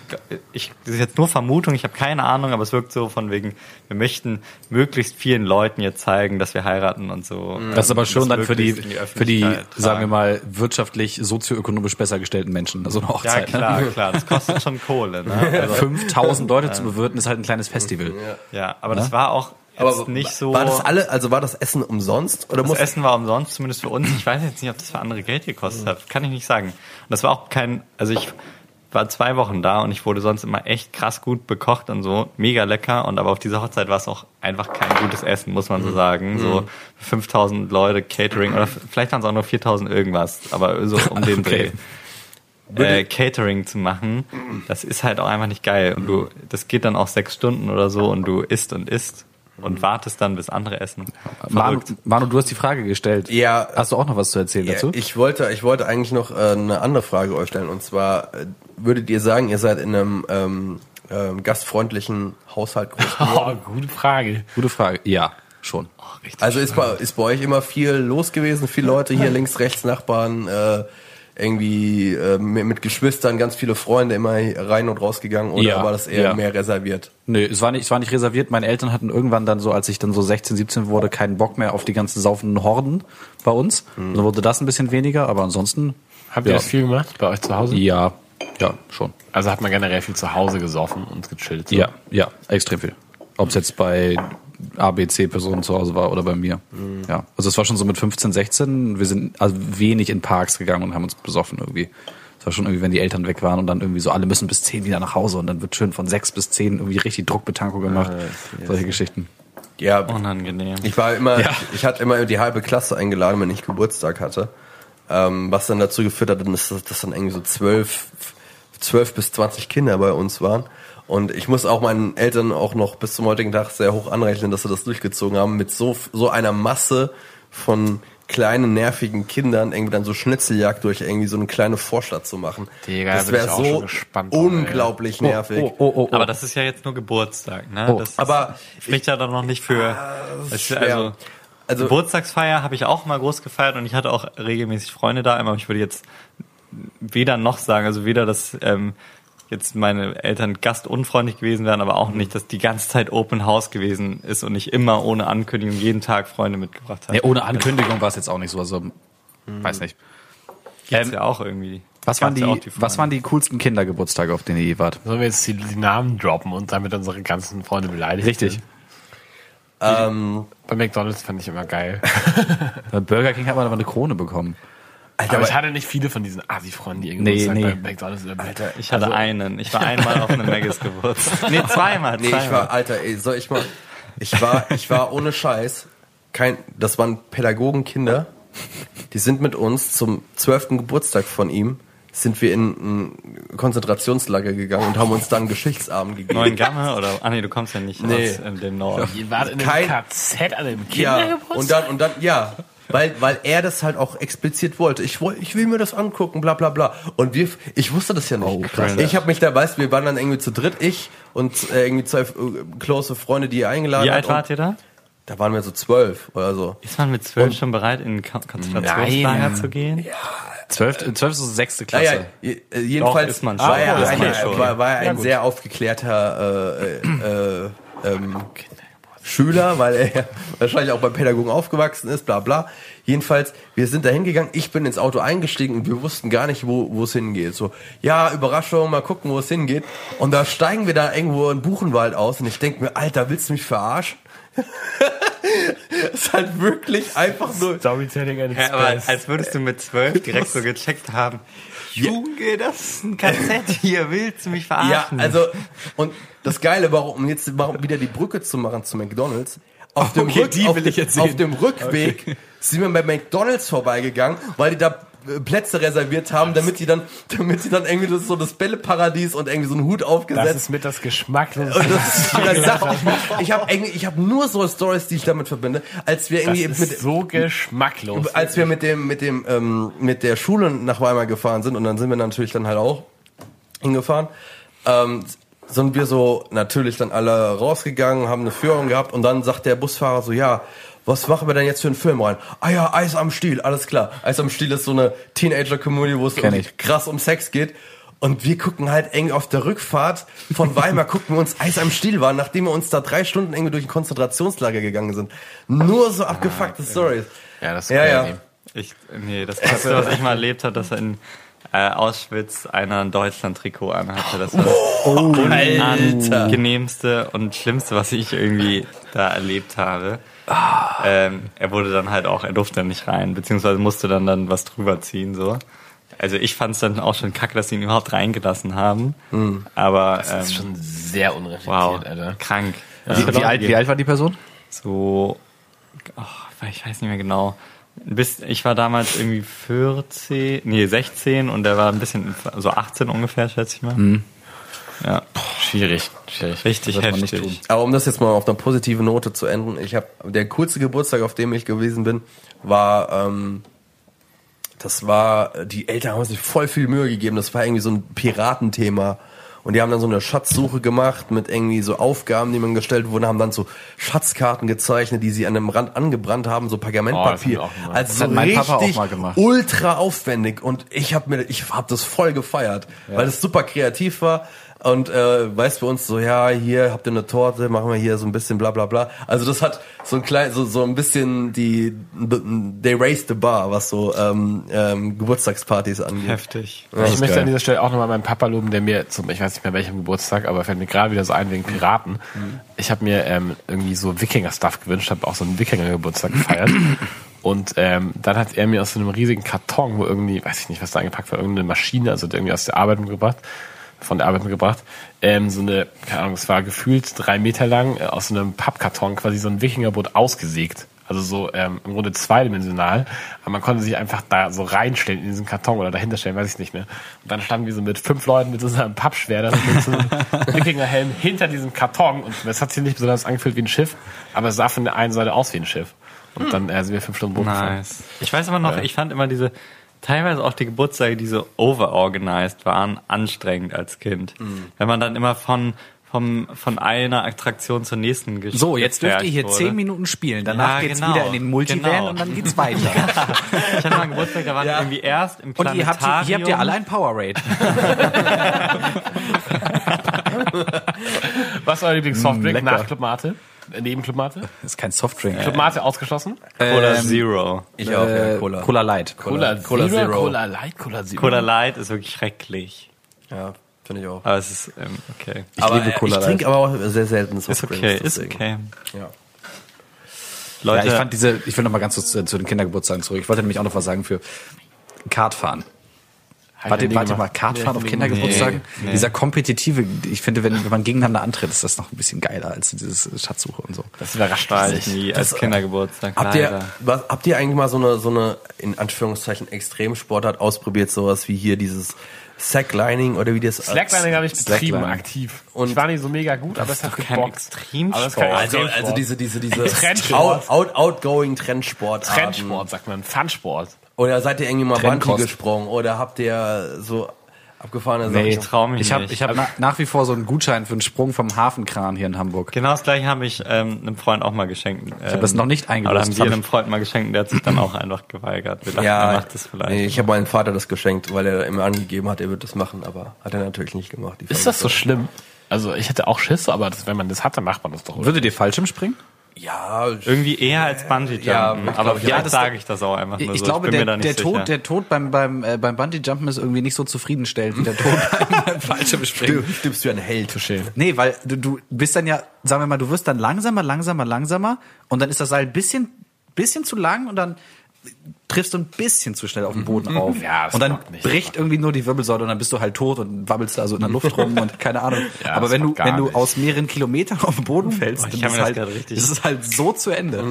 ich, das ist jetzt nur Vermutung, ich habe keine Ahnung, aber es wirkt so von wegen, wir möchten möglichst vielen Leuten jetzt zeigen, dass wir heiraten und so. Das ist aber schon dann für die, möglichst Ähm, in für die, Öffentlichkeit sagen wir tragen. mal, wirtschaftlich, sozioökonomisch besser gestellten Menschen, so eine Ja, Hochzeit. klar, Ne? klar. Das kostet schon Kohle. Ne? Also, Ähm, 5000 Leute zu bewirten, ist halt ein kleines Festival. ja, aber ne? das war auch jetzt nicht so. War das alle, also war das Essen umsonst? Oder Das muss Essen war umsonst, zumindest für uns. Ich weiß jetzt nicht, ob das für andere Geld gekostet hat. Kann ich nicht sagen. Und das war auch kein, also ich war zwei Wochen da und ich wurde sonst immer echt krass gut bekocht und so, mega lecker. Und aber auf dieser Hochzeit war es auch einfach kein gutes Essen, muss man so Mhm. sagen. So 5000 Leute Catering oder f- vielleicht waren es auch nur 4000 irgendwas, aber so um den Okay. Dreh. Äh, Catering zu machen, das ist halt auch einfach nicht geil. Und du, das geht dann auch sechs Stunden oder so und du isst und isst und wartest dann, bis andere essen. Manu, Verrückt. Manu, du hast die Frage gestellt. Ja. Hast du auch noch was zu erzählen dazu? Ja, ich wollte, ich wollte eigentlich noch äh, eine andere Frage euch stellen. Und zwar, äh, würdet ihr sagen, ihr seid in einem ähm, ähm, gastfreundlichen Haushalt groß geworden? Oh, gute Frage. Gute Frage. Ja, schon. Also ist bei, ist bei euch immer viel los gewesen, viele Leute hier links, rechts, Nachbarn, äh, irgendwie äh, mit, mit Geschwistern, ganz viele Freunde immer rein und rausgegangen oder Ja, war das eher ja. mehr reserviert? Nö, es war nicht, es war nicht reserviert. Meine Eltern hatten irgendwann dann so, als ich dann so 16, 17 wurde, keinen Bock mehr auf die ganzen saufenden Horden bei uns. Hm. Dann wurde das ein bisschen weniger, aber ansonsten. Habt ihr ja. das viel gemacht bei euch zu Hause? Ja, ja, schon. Also hat man generell viel zu Hause gesoffen und gechillt. so? Ja, ja, extrem viel. Ob es jetzt bei ABC-Personen zu Hause war oder bei mir. Mhm. Ja. Also es war schon so mit 15, 16. Wir sind also wenig in Parks gegangen und haben uns besoffen irgendwie. Es war schon irgendwie, wenn die Eltern weg waren und dann irgendwie so, alle müssen bis 10 wieder nach Hause und dann wird schön von 6 bis 10 irgendwie richtig Druckbetankung gemacht. Ah, Solche Geschichten. Oh Ja, Unangenehm. ich war immer, Ja. ich, ich hatte immer die halbe Klasse eingeladen, wenn ich Geburtstag hatte. Ähm, was dann dazu geführt hat, dass, dass dann irgendwie so zwölf, zwölf bis 20 Kinder bei uns waren. Und ich muss auch meinen Eltern auch noch bis zum heutigen Tag sehr hoch anrechnen, dass sie das durchgezogen haben, mit so, so einer Masse von kleinen, nervigen Kindern irgendwie dann so Schnitzeljagd durch irgendwie so eine kleine Vorstadt zu machen. Digga, da das bin wäre ich auch so schon gespannt drauf, ey. unglaublich nervig. oh, oh, Aber das ist ja jetzt nur Geburtstag, ne? Oh, Ah, das ist, aber spricht ja dann noch nicht für. ist also, schwer. also, Also- Geburtstagsfeier habe ich auch mal groß gefeiert und ich hatte auch regelmäßig Freunde da, aber ich würde jetzt weder noch sagen, also weder, dass ähm, jetzt meine Eltern gastunfreundlich gewesen wären, aber auch Mhm. nicht, dass die ganze Zeit Open House gewesen ist und ich immer ohne Ankündigung jeden Tag Freunde mitgebracht habe. Ja, ohne Ankündigung war es jetzt auch nicht so. Also, weiß nicht. Mhm. Ähm, Gibt's ja auch irgendwie. Was waren, die, Gab's ja auch was waren die coolsten Kindergeburtstage, auf denen ihr je wart? Sollen wir jetzt die, die Namen droppen und damit unsere ganzen Freunde beleidigen? Richtig. ähm, Bei McDonalds fand ich immer geil. Bei Burger King hat man aber eine Krone bekommen. Aber, ich hatte nicht viele von diesen Asi-Freunden, die irgendwie Nee, sagen, nee. bei McDonalds oder Alter, Ich hatte Also- einen. Ich war einmal auf einem Megas Geburtstag. Nee, zweimal. Nee, ich war, Alter, ey, soll ich mal. Ich war, ich war ohne Scheiß. Kein, das waren Pädagogenkinder. Die sind mit uns zum 12. Geburtstag von ihm, sind wir in ein Konzentrationslager gegangen und haben uns dann einen Geschichtsabend gegeben. Neuen Gamme oder? Ah nee, du kommst ja nicht Nee. aus ähm, dem Norden. Ihr wart in einem Kein- KZ an einem ja, Kindergeburtstag? und dann, und dann, ja. Weil, weil er das halt auch explizit wollte. Ich, woll, ich will mir das angucken, bla bla bla. Und wir, ich wusste das ja nicht. Oh, ich habe mich da, weißt du, wir waren dann irgendwie zu dritt, ich und äh, irgendwie zwei äh, close Freunde, die er eingeladen Wie alt hat. Und wart ihr da? Da waren wir so zwölf oder so. Ist man mit zwölf schon bereit, in ein Ka- Konzentrationslager zu gehen? Zwölf, äh, zwölf ist so sechste Klasse. Naja, je- äh, jedenfalls Doch, ist man schon. war er, Ist ein, man schon. war, war er Ja, ein gut. sehr aufgeklärter äh, äh, äh, ähm, Schüler, weil er wahrscheinlich auch bei Pädagogen aufgewachsen ist, bla bla. Jedenfalls, wir sind da hingegangen, ich bin ins Auto eingestiegen und wir wussten gar nicht, wo wo es hingeht. So, ja, Überraschung, mal gucken, wo es hingeht. Und da steigen wir da irgendwo in Buchenwald aus und ich denke mir, Alter, willst du mich verarschen? ist halt wirklich einfach nur Storytelling in Ja, aber als würdest du mit zwölf direkt so gecheckt haben. Junge, das ist ein Kassett hier, willst du mich Ja, verarschen? also, und das Geile, warum, um jetzt mal wieder die Brücke zu machen zu McDonalds, auf dem, Okay, Rück, die auf, will dem- ich jetzt auf sehen. dem Rückweg sind wir bei McDonalds vorbeigegangen, weil die da äh, Plätze reserviert haben, damit die dann, damit die dann irgendwie das, so das Bälleparadies und irgendwie so einen Hut aufgesetzt. das ist mit das Geschmacklose. und das ist wieder Sache. Ich habe eigentlich, ich habe nur so Stories, die ich damit verbinde, als wir Das irgendwie ist mit, so geschmacklos. als wir mit dem mit dem ähm, mit der Schule nach Weimar gefahren sind und dann sind wir natürlich dann halt auch hingefahren, ähm, sind wir so natürlich dann alle rausgegangen, haben eine Führung gehabt und dann sagt der Busfahrer so ja was machen wir denn jetzt für einen Film rein? Ah ja, Eis am Stiel, alles klar. Eis am Stiel ist so eine Teenager-Community, wo es Kenn irgendwie ich. krass um Sex geht. Und wir gucken halt eng auf der Rückfahrt von Weimar, gucken wir uns Eis am Stiel waren, nachdem wir uns da drei Stunden irgendwie durch ein Konzentrationslager gegangen sind. Nur so abgefuckte Stories. Ja, das ist ja, ja. crazy. Ich, nee, das Beste, was ich mal erlebt habe, dass in äh, Auschwitz einer ein Deutschland-Trikot anhatte. Das war Oh. das unangenehmste und schlimmste, was ich irgendwie da erlebt habe. Ähm, er wurde dann halt auch, er durfte dann nicht rein, beziehungsweise musste dann dann was drüber ziehen, so. Also ich fand es dann auch schon kacke, dass sie ihn überhaupt reingelassen haben. Hm. Aber Das ist ähm, schon sehr unreflektiert, wow, Alter. krank. Wie, wie, alt, wie alt war die Person? So, ach, ich weiß nicht mehr genau. Bis, ich war damals irgendwie 14, nee, 16 und er war ein bisschen, so 18 ungefähr, schätze ich mal. Ja, Schwierig, schwierig. richtig sollte Mhm. man heftig. nicht tun. Aber um das jetzt mal auf einer positiven Note zu enden, ich habe der kurze Geburtstag, auf dem ich gewesen bin, war ähm, das war die Eltern haben sich voll viel Mühe gegeben. Das war irgendwie so ein Piratenthema und die haben dann so eine Schatzsuche gemacht mit irgendwie so Aufgaben, die man gestellt wurden, haben dann so Schatzkarten gezeichnet, die sie an dem Rand angebrannt haben, so Pergamentpapier. Oh, das hab ich auch gemacht. also Das so hat mein richtig Papa auch mal gemacht. ultra aufwendig und ich habe mir ich habe das voll gefeiert, weil es super kreativ war und äh, weißt bei uns so ja hier habt ihr eine Torte, machen wir hier so ein bisschen bla bla bla. Also das hat so ein klein so so ein bisschen die they raised the bar, was so ähm, ähm, Geburtstagspartys angeht. Heftig. Ja, das ich ist möchte geil. an dieser Stelle auch nochmal meinen Papa loben, der mir zum, ich weiß nicht mehr welchem Geburtstag, aber fällt mir gerade wieder so ein wegen Piraten. Ich habe mir ähm, irgendwie so Wikinger-Stuff gewünscht, habe auch so einen Wikinger-Geburtstag gefeiert. Und ähm, dann hat er mir aus so einem riesigen Karton, wo irgendwie, weiß ich nicht, was da eingepackt war, irgendeine Maschine, also irgendwie aus der Arbeit mitgebracht, von der Arbeit mitgebracht, ähm, so eine, keine Ahnung, es war gefühlt drei Meter lang, äh, aus so einem Pappkarton quasi so ein Wikingerboot ausgesägt. Also so ähm, im Grunde zweidimensional. Aber man konnte sich einfach da so reinstellen in diesen Karton oder dahinter stellen, weiß ich nicht mehr. Und dann standen wir so mit fünf Leuten mit so einem Pappschwert und mit so einem Wikingerhelm hinter diesem Karton. Und es hat sich nicht besonders angefühlt wie ein Schiff, aber es sah von der einen Seite aus wie ein Schiff. Und dann äh, sind wir fünf Stunden Boot gefahren. Nice. Ich weiß aber noch, ich fand immer diese, teilweise auch die Geburtstage, die so overorganized waren, anstrengend als Kind. Mhm. Wenn man dann immer von, vom, von einer Attraktion zur nächsten geschickt So, jetzt dürft ihr hier wurde. zehn Minuten spielen. Danach Ja, geht's genau. wieder in den Multivan Genau. und dann geht's weiter. Ich hatte mal einen Geburtstag, da waren wir irgendwie erst im und ihr Planetarium. habt, hier habt ihr alle ein Power Raid. Was war euer Lieblingssoftdrink lecker. Äh. nach Club Mate? Äh, Neben Club Mate? Das ist kein Softdrink. Club Mate ausgeschlossen? Cola Ähm, Zero. Ich auch, ja, Äh, Cola. Cola Light. Cola Zero. Cola Light, Cola Zero. Cola Light ist wirklich schrecklich. Ja, finde ich auch. Aber es ist ähm, okay. Ich aber, liebe äh, Cola ich Light. trinke aber auch sehr selten so Ist okay, ist okay. Ja. Ja, Leute, ich fand diese, ich will noch mal ganz kurz zu, zu den Kindergeburtstagen zurück. Ich wollte nämlich auch noch was sagen für Kartfahren. Hab Warte, ich Halt noch nie warte mal, gemacht. Kartfahren auf Kindergeburtstagen? Dieser kompetitive, ich finde, wenn, wenn man gegeneinander antritt, ist das noch ein bisschen geiler als dieses Schatzsuche und so. Das überrascht war mich. ich nie äh, als Kindergeburtstag. Habt ihr, leider. was, habt ihr eigentlich mal so eine, so eine, in Anführungszeichen, Extremsportart ausprobiert? Sowas wie hier dieses Sacklining oder wie das... Slacklining habe ich betrieben, Slacklining. aktiv. Und- ich war nicht so mega gut, aber es hat kein gebockt. Extremsport. Aber es ist kein Also, Extremsport. also diese, diese, diese Trendsport. Out, out, outgoing Trendsport. Trendsport, sagt man. Funsport. Oder seid ihr irgendwie mal Bungee Trendkost. gesprungen? Oder habt ihr so abgefahrene Nee, ich Sachen? trau mich Ich habe nicht. Also ich hab na, nach wie vor so einen Gutschein für einen Sprung vom Hafenkran hier in Hamburg. genau das gleiche habe ich ähm, einem Freund auch mal geschenkt. Ich das noch nicht eingelöst. Oder haben Das wir hab einem ich- Freund mal geschenkt, der hat sich dann auch einfach geweigert. Wir dachten, er Ja, macht das vielleicht. nee, ich habe meinem Vater das geschenkt, weil er immer angegeben hat, er wird das machen, aber hat er natürlich nicht gemacht. Die Ist Folge- das so schlimm? Also ich hätte auch Schiss, aber das, wenn man das hatte, macht man das doch. Oder? Würdet ihr Fallschirm springen? Ja, Irgendwie eher als Bungee Jumpen. Ja, ich aber glaub, vielleicht ja, das- sage ich das auch einfach nur Ich so. glaube, Also, ich bin der, mir da nicht der, sicher. Tod, der Tod beim, beim, äh, beim Bungee-Jumpen ist irgendwie nicht so zufriedenstellend wie der Tod beim, beim Fallschirmspringen. du stirbst wie ein Held. Nee, weil du, du bist dann ja, sagen wir mal, du wirst dann langsamer, langsamer, langsamer und dann ist das Seil ein bisschen, bisschen zu lang und dann triffst du ein bisschen zu schnell auf den Boden auf. Ja, das und dann macht nichts. bricht irgendwie nur die Wirbelsäule und dann bist du halt tot und wabbelst da so in der Luft rum und keine Ahnung. Ja, Aber das wenn du, macht gar wenn du nichts. aus mehreren Kilometern auf den Boden fällst, Boah, ich dann hab ist, mir das halt, gerade richtig- ist es halt so zu Ende.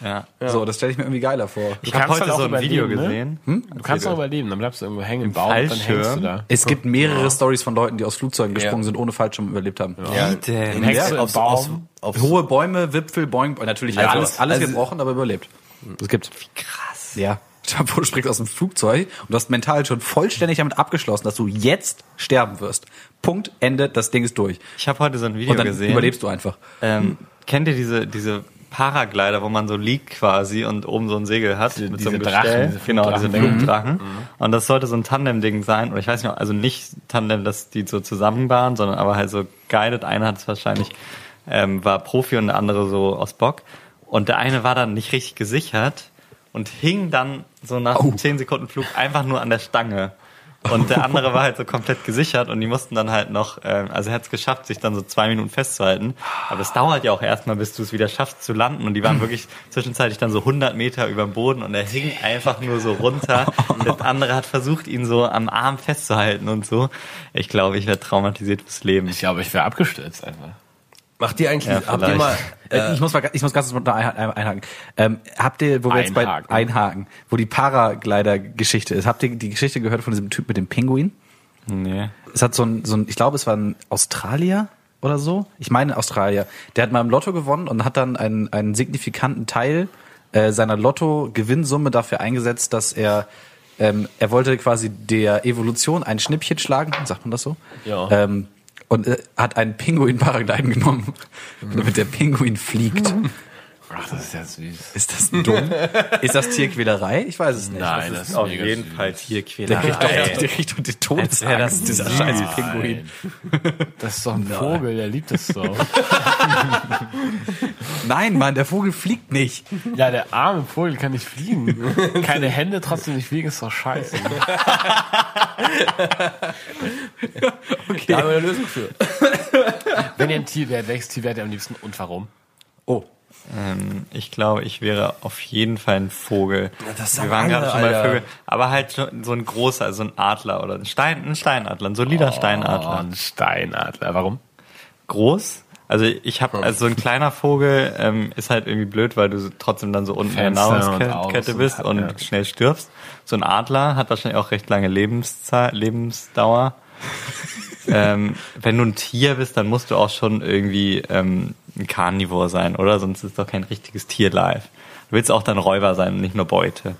Ja. So, das stelle ich mir irgendwie geiler vor. Du Ich habe kannst heute halt auch so ein Video überleben, ne? gesehen. Du kannst noch überleben, dann bleibst du irgendwo hängen im Baum, dann Fallschirm? hängst du da. Es gibt mehrere Stories von Leuten, die aus Flugzeugen gesprungen sind, ohne Fallschirm überlebt haben. Ja, Dann denn? hängst du Ja, im aufs- aufs- Baum. aufs- Hohe Bäume, Wipfel, Boing, Boing, natürlich Also, alles, alles also- gebrochen, aber überlebt. Das gibt. krass. Ja. Stampo, du springst aus dem Flugzeug und du hast mental schon vollständig damit abgeschlossen, dass du jetzt sterben wirst. Punkt, Ende, das Ding ist durch. Ich habe heute so ein Video Und dann gesehen. überlebst du einfach. Ähm, kennt ihr diese, diese Paraglider, wo man so liegt quasi und oben so ein Segel hat mit so einem diese Drachen, Gestell? diese genau, diese Flugdrachen. Mhm. Flugdrachen. Und das sollte so ein Tandem-Ding sein. Oder ich weiß nicht, also nicht Tandem, dass die so zusammenbahnen, sondern aber halt so guided. Einer hat es wahrscheinlich, ähm, war Profi und der andere so aus Bock. Und der eine war dann nicht richtig gesichert und hing dann so nach Au. 10 Sekunden Flug einfach nur an der Stange. Und der andere war halt so komplett gesichert und die mussten dann halt noch, ähm, also er hat es geschafft, sich dann so zwei Minuten festzuhalten. Aber es dauert ja auch erstmal, bis du es wieder schaffst zu landen. Und die Mhm. waren wirklich zwischenzeitlich dann so 100 Meter über dem Boden und er hing einfach nur so runter. Der andere hat versucht, ihn so am Arm festzuhalten und so. Ich glaube, ich werde traumatisiert fürs Leben. Ich glaube, ich wäre abgestürzt einfach. Macht ihr eigentlich, Ja, habt ihr mal, Äh, ich, muss mal, ich muss ganz kurz mal ein- ein- einhaken. Ähm, habt ihr, wo wir jetzt bei Einhaken. Einhaken, wo die Paraglider-Geschichte ist, habt ihr die Geschichte gehört von diesem Typ mit dem Pinguin? Nee. Es hat so ein, so ein ich glaube, es war ein Australier oder so. Ich meine Australier. Der hat mal im Lotto gewonnen und hat dann einen, einen signifikanten Teil äh, seiner Lotto-Gewinnsumme dafür eingesetzt, dass er ähm, er wollte quasi der Evolution ein Schnippchen schlagen, sagt man das so? Ja. Ähm, und äh, hat einen Pinguin Paragliden genommen, Mhm. damit der Pinguin fliegt. Ach, das ist ja süß. Ist das dumm? Ist das Tierquälerei? Ich weiß es nicht. Nein, Das ist auf jeden Fall Der Tierquälerei. kriegt, doch, der kriegt doch die Todesangst, dieser scheiß Pinguin. Das ist doch ein Vogel, der liebt das so. Nein, Mann, der Vogel fliegt nicht. ja, der arme Vogel kann nicht fliegen. Keine Hände, trotzdem nicht fliegen, ist doch scheiße. da haben wir eine Lösung für. Wenn ihr ein Tier wärt, welches Tier wärt ihr am liebsten und warum? Oh, Ähm, ich glaube, ich wäre auf jeden Fall ein Vogel. das Wir sagen waren gerade alle, schon bei Alter. Vögeln. Aber halt schon so ein großer, also ein Adler oder ein, Stein, ein Steinadler, ein solider Oh, Steinadler. ein Steinadler. Warum? Groß. Also ich habe, also so ein kleiner Vogel ähm, ist halt irgendwie blöd, weil du so- trotzdem dann so unten in der Fenster und Nahrungskette aus bist und- und ja. schnell stirbst. So ein Adler hat wahrscheinlich auch recht lange Lebenszeit, Lebensdauer. ähm, wenn du ein Tier bist, dann musst du auch schon irgendwie ähm, ein Carnivore sein, oder? Sonst ist doch kein richtiges Tierlife. Du willst auch dann Räuber sein und nicht nur Beute.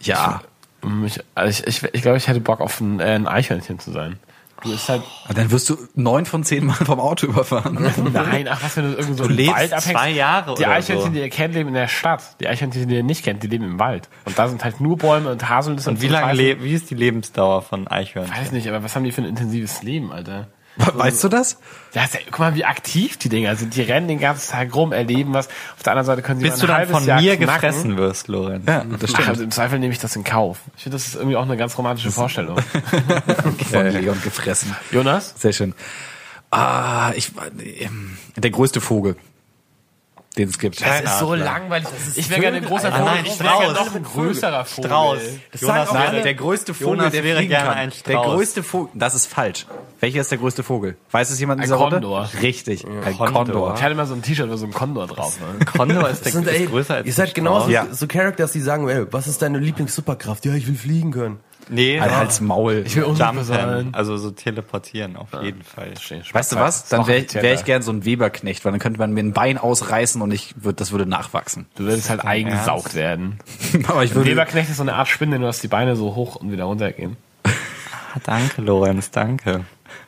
ja. Hm, Ich, also ich, ich, ich glaube, ich hätte Bock auf ein, äh, ein Eichhörnchen zu sein. Du bist halt. Aber dann wirst du neun von zehn Mal vom Auto überfahren. Nein, ach was, wenn du irgendwo so Du im lebst Wald abhängst. zwei Jahre Die oder Eichhörnchen, so. die ihr kennt, leben in der Stadt. Die Eichhörnchen, die ihr nicht kennt, die leben im Wald. Und da sind halt nur Bäume und Haselnüsse Und wie lange le- wie ist die Lebensdauer von Eichhörnchen? Weiß nicht, aber was haben die für ein intensives Leben, Alter? Weißt du das? Ja, ist ja- guck mal, wie aktiv die Dinger sind. Die rennen den ganzen Tag rum, erleben was. Auf der anderen Seite können sie Bis mal du ein dann halbes von Jahr mir knacken. gefressen wirst, Lorenz. Ja, das Ach, stimmt. also Im Zweifel nehme ich das in Kauf. Ich finde, das ist irgendwie auch eine ganz romantische Vorstellung. Von Leon gefressen. Jonas? Sehr schön. Ah, ich war- ähm, der größte Vogel, den es gibt. Das ist so langweilig. ich wäre gerne ein großer Vögel, Vogel. Alter. ich wäre gerne Ah, Strauß. noch ein größerer Vogel. Strauß. Jonas Jonas wäre wäre, der größte Vogel, Jonas der wäre fliegen gerne kann. ein der Strauß. größte Vogel, das ist falsch. Welcher ist der größte Vogel? Weiß es jemand in Ein dieser Runde? Kondor. Richtig, ein Kondor. Kondor. Ich hatte mal so ein T-Shirt, wo so ein Kondor drauf ne? war. Kondor ist, der, Das sind, ist ey, größer als ihr seid ein genauso Strauß. Ja. so Characters, die sagen, ey, was ist deine Lieblingssuperkraft? Ja, ich will fliegen können. Nee, Ein Halt halt Hals Maul. will auch Jumpen, also so teleportieren auf jeden Fall. Weißt du was? Dann wäre ich, wär ich gern so ein Weberknecht, weil dann könnte man mir ein Bein ausreißen und ich würd, das würde nachwachsen. Du würdest halt eingesaugt werden. Aber ich würde Leberknecht ist so eine Art Spinne, nur dass die Beine so hoch und wieder runter gehen. Ah, danke, Lorenz, danke.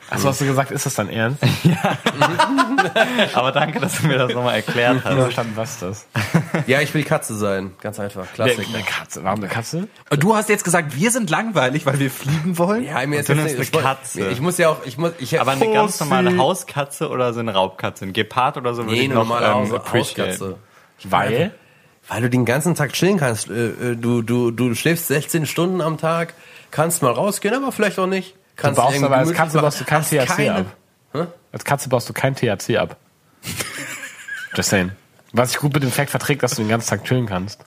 Achso, hast du gesagt, ist das dann ernst? Aber danke, dass du mir das nochmal erklärt Ich hast. verstanden, was das? Ja, ich will Katze sein. Ganz einfach. Klassik. Eine Katze. Warum eine Katze? Du hast jetzt gesagt, wir sind langweilig, weil wir fliegen wollen. Ja, mir ist Und jetzt du nicht, nimmst ich, eine wollt- Katze. ich muss ja auch, ich muss, ich Aber eine Oh, ganz normale süß. Hauskatze oder so eine Raubkatze? Ein Gepard oder so würde nee, ich noch normale ähm, Haus- appreciate. Hauskatze. Weil? Weil du den ganzen Tag chillen kannst. Äh, äh, Du, du, du schläfst 16 Stunden am Tag, kannst mal rausgehen, aber vielleicht auch nicht. Du Kannst baust irgendwie aber als gemütlich Katze machen. baust du kein Hast THC keine- ab. Als Katze baust du kein THC ab. Just saying. Was sich gut mit dem Fact verträgt, dass du den ganzen Tag chillen kannst.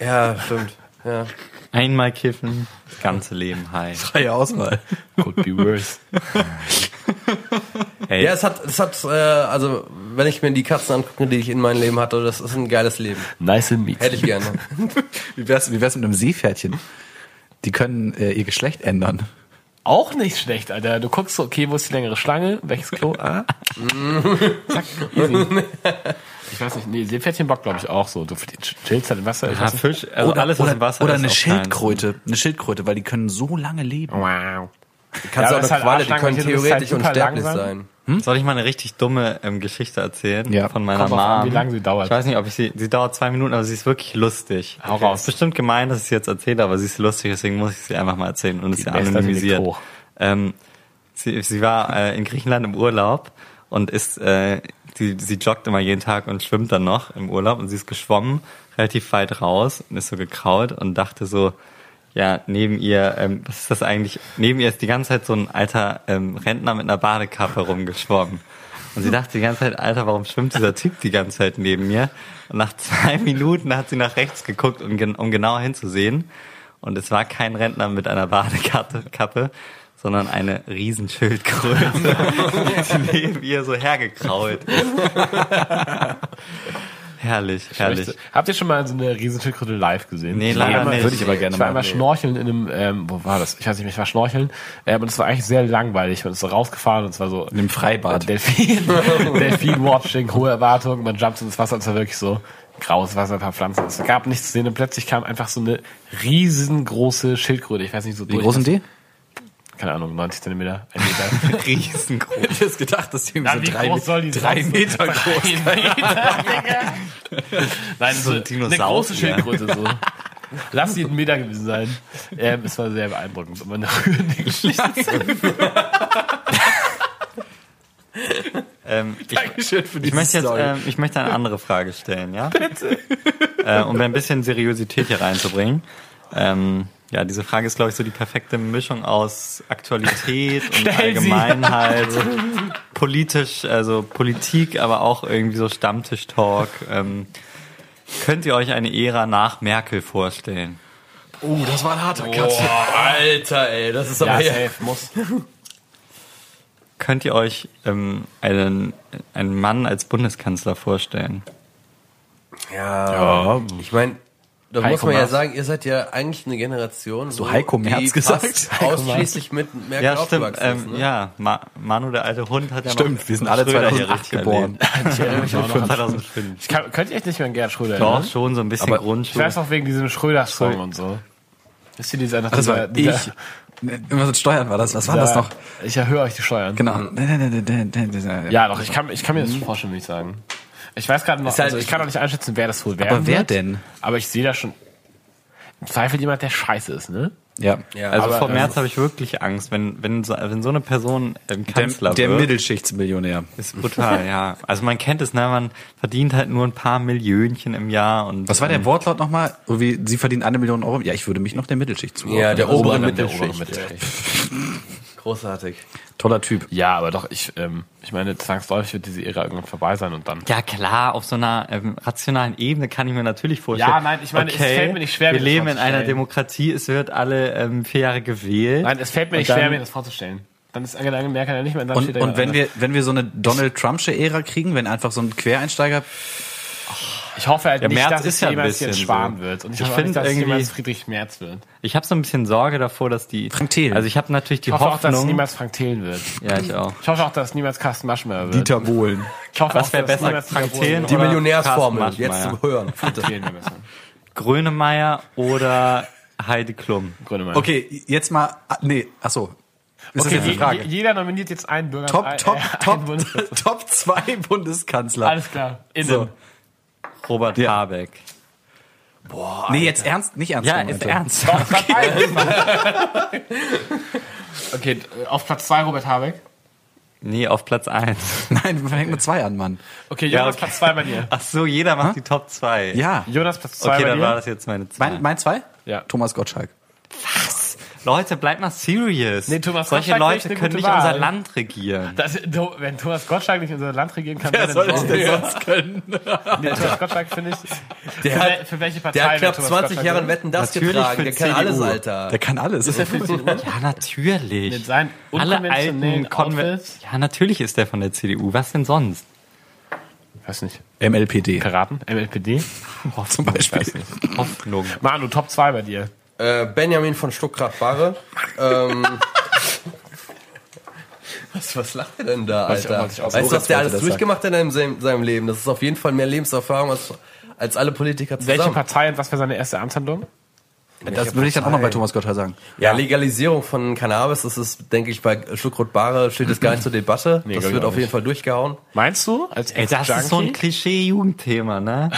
Ja, stimmt. Ja. Einmal kiffen, das ganze Leben high. freie Auswahl. Could be worse. Hey, Ja, es hat, es hat, äh, also wenn ich mir die Katzen angucke, die ich in meinem Leben hatte, das ist ein geiles Leben. Nice and meat. Hätte ich gerne. Wie wär's, wie wär's mit einem Seepferdchen? Die können äh, ihr Geschlecht ändern. Auch nicht schlecht, Alter. Du guckst so, okay, wo ist die längere Schlange? Welches Klo? Ah. Zack, easy. Ich weiß nicht, nee, Seepferdchen bockt, glaube ich, auch so. Du chillst halt im Wasser. Ich ja, weiß nicht. Fisch, also alles, was oder, im Wasser oder ist, eine auf keinen. Schildkröte. Eine Schildkröte, weil die können so lange Oh, leben. Wow. Kannst aber du auch ist eine halt Qualle, die Arschlang, können weil die ist halt theoretisch super unsterblich langsam. sein. Hm? Soll ich mal eine richtig dumme ähm, Geschichte erzählen? Ja. Von meiner Kommt drauf Mom. an, wie lange sie dauert. Ich weiß nicht, ob ich sie, sie dauert zwei Minuten, aber sie ist wirklich lustig. Hau raus. Ist bestimmt gemein, dass ich sie jetzt erzähle, aber sie ist lustig, deswegen muss ich sie einfach mal erzählen und ist ja Messlatte anonymisiert. liegt hoch. Ähm, sie, sie war äh, in Griechenland im Urlaub und ist, äh, sie, sie joggt immer jeden Tag und schwimmt dann noch im Urlaub und sie ist geschwommen, relativ weit raus und ist so gekraut und dachte so, ja, neben ihr, ähm, was ist das eigentlich? Neben ihr ist die ganze Zeit so ein alter ähm, Rentner mit einer Badekappe rumgeschwommen. Und sie dachte die ganze Zeit, Alter, warum schwimmt dieser Typ die ganze Zeit neben mir? Und nach zwei Minuten hat sie nach rechts geguckt, um, gen- um genauer hinzusehen. Und es war kein Rentner mit einer Badekappe, Kappe, sondern eine Riesenschildkröte, die neben ihr so hergekraut ist. herrlich, herrlich. Habt ihr schon mal so eine Riesenschildkröte live gesehen? Nee, Ich war leider einmal- nicht. Würde ich aber gerne Ich war mal. einmal schnorcheln in einem, ähm, wo war das? Ich weiß nicht, ich war schnorcheln. Ähm, und es war eigentlich sehr langweilig. Man ist so rausgefahren und es war so. In einem Freibad. Delfin, Delfin-Watching, hohe Erwartungen, man jumpt ins Wasser und es war wirklich so graues Wasser, ein paar Pflanzen. Es gab nichts zu sehen und plötzlich kam einfach so eine riesengroße Schildkröte. Ich weiß nicht so Wie groß sind die? Keine Ahnung, 90 Zentimeter, ein Meter. Riesengroß. Ich hätte gedacht, dass die Na, wie groß soll die sein? groß Nein, so ein eine Dinosaurier. große Schildkröte so. Lass sie einen Meter gewesen sein. Ähm, es war sehr beeindruckend. Und man rührende Geschichte. Ähm, ich, Dankeschön für ich, diese möchte jetzt, Story. ähm, ich möchte eine andere Frage stellen, ja? Bitte. Äh, um ein bisschen Seriosität hier reinzubringen. Ähm, ja, diese Frage ist, glaube ich, so die perfekte Mischung aus Aktualität und Stell sie. Allgemeinheit, so politisch, also Politik, aber auch irgendwie so Stammtisch-Talk. Ähm, könnt ihr euch eine Ära nach Merkel vorstellen? oh, das war ein harter Alter, ey, das ist Ja, safe, muss. Könnt ihr euch ähm, einen, einen Mann als Bundeskanzler vorstellen? Ja. Ich meine, da Heiko muss man ja Maas. sagen, ihr seid ja eigentlich eine Generation. So Heiko Merz gesagt? Heiko Maas. ausschließlich mit Merkel Ja, stimmt. aufgewachsen ist. Ähm, Ne? Ja, Ma Manu, der alte Hund, hat ja Stimmt, noch wir sind alle Schröder hier 2008 richtig geboren. Ich erinnere mich auch noch an- 2005. Ich kann, könnte echt nicht mehr an Gerhard Schröder Doch, erinnern. schon so ein bisschen Aber Ich Grundschule. weiß noch wegen diesem Schröder-Song und so. Ist hier dieser, Das dieser, war ich. dieser, Immer mit Steuern war das. Was war das noch? Ich erhöhe euch die Steuern. Genau. Mhm. Ja, doch, ich kann, ich kann mir das schon vorstellen, würde ich sagen. Ich weiß gerade noch, halt- also ich kann noch nicht einschätzen, wer das wohl wäre. Aber wer denn? Aber ich sehe da schon im Zweifel jemand, der scheiße ist, ne? Ja. Ja. also aber, vor ähm, März habe ich wirklich Angst, wenn, wenn, so, wenn so eine Person ähm, Kanzler Der, der wird. Mittelschichtsmillionär. ist brutal, ja. Also man kennt es, ne? man verdient halt nur ein paar Millionchen im Jahr. Und, Was war der ähm, Wortlaut nochmal? Irgendwie, Sie verdienen eine Million Euro. Ja, ich würde mich noch der Mittelschicht zuordnen. ja, der Also, obere Oberen der oberen Mittelschicht. Mittelschicht. Großartig. Toller Typ. Ja, aber doch, ich, ähm, ich meine, zwangsläufig wird diese Ära irgendwann vorbei sein und dann. Ja klar, auf so einer ähm, rationalen Ebene kann ich mir natürlich vorstellen. Ja, nein, ich meine, es fällt mir nicht schwer, Wir mir das leben in einer vorzustellen. Demokratie, es wird alle ähm, vier Jahre gewählt. Nein, es fällt mir Und nicht dann- schwer, mir das vorzustellen. Dann ist Angela Merkel ja nicht mehr in Und, und wenn wir, wenn wir so eine Donald Trumpsche Ära kriegen, wenn einfach so ein Quereinsteiger, Ich hoffe halt Ja, nicht, Merz dass ist es ja ein jemals bisschen jetzt Spahn so. wird. Und ich, Ich hoffe auch find nicht, dass es irgendwie- jemals Friedrich Merz wird. Ich habe so ein bisschen Sorge davor, dass die. Frank Thelen. Also ich habe natürlich die Ich hoffe auch, dass es Hoffnung. niemals Frank Thelen wird. ja, ich auch. Ich hoffe auch, dass es niemals Carsten Maschmeyer wird. Dieter Bohlen. Ich hoffe Was auch, wär dass es besser, niemals Frank Dieter Bohlen Thelen wird. Die Oder Millionärsformel, Carsten jetzt Maschmeyer. zu hören. Thelen wäre besser. Grönemeyer oder Heidi Klum. Grüne Meinung. Okay, jetzt mal, ah, nee, ach so. Ist das Okay, jetzt eine je- Frage? je- jeder nominiert jetzt einen Bürger. Top, ein- top, äh, einen Bund- top, top zwei Bundeskanzler. Alles klar. Innen. So. Robert Habeck. nee, jetzt ernst, nicht ernst. Ja, gemeint, ist Alter. ernst. Okay, äh, auf Platz zwei Robert Habeck. Nee, auf Platz 1. Nein, wir fangen mit zwei an, Mann. Okay, Ja, Jonas okay. Platz zwei bei dir. Ach so, jeder macht die Top 2. Ja. Jonas Platz zwei Okay, bei dann war dir. das jetzt meine 2. Mein, mein zwei? Ja. Thomas Gottschalk. Leute, bleibt mal serious. Nee, Thomas Solche Gottschalk ist Leute eine können gute nicht Wahl. unser Land regieren. Das, Do- wenn Thomas Gottschalk nicht unser Land regieren kann, wer soll es denn sonst können? Nee, Thomas Gottschalk finde ich. für, hat- wel- für welche Partei? Der hat wäre knapp Thomas 20 Gottschalk Jahre gewählt? Wetten das Natürlich getragen. für Der kann CDU. alles, Alter. Der kann alles. Ist Ja, natürlich. Mit seinen Alle unkonventionellen alten Outfits? Konven Ja, natürlich ist der von der CDU. Was denn sonst? Weiß nicht. MLPD. Piraten? MLPD? Oh, zum Beispiel. Hoffnung. Manu, Top 2 bei dir. Äh, Benjamin von Stuckrad-Barre. ähm, was, was lacht er denn da, Weiß ich auch, Alter? was ich auch- weißt du, Lorenz was der wollte alles das durchgemacht hat in seinem, seinem Leben? Das ist auf jeden Fall mehr Lebenserfahrung als, als alle Politiker zusammen. Welche Partei und was wäre seine erste Amtshandlung? Das würde ich dann auch noch bei Thomas Gottschalk sagen. Ja, Legalisierung von Cannabis, das ist, denke ich, bei Stuckrad-Barre steht das gar nicht zur Debatte. Nee, glaub das ich wird auch auf jeden Fall durchgehauen. Meinst du? Als Ey, das ist so ein Klischee-Jugendthema, ne?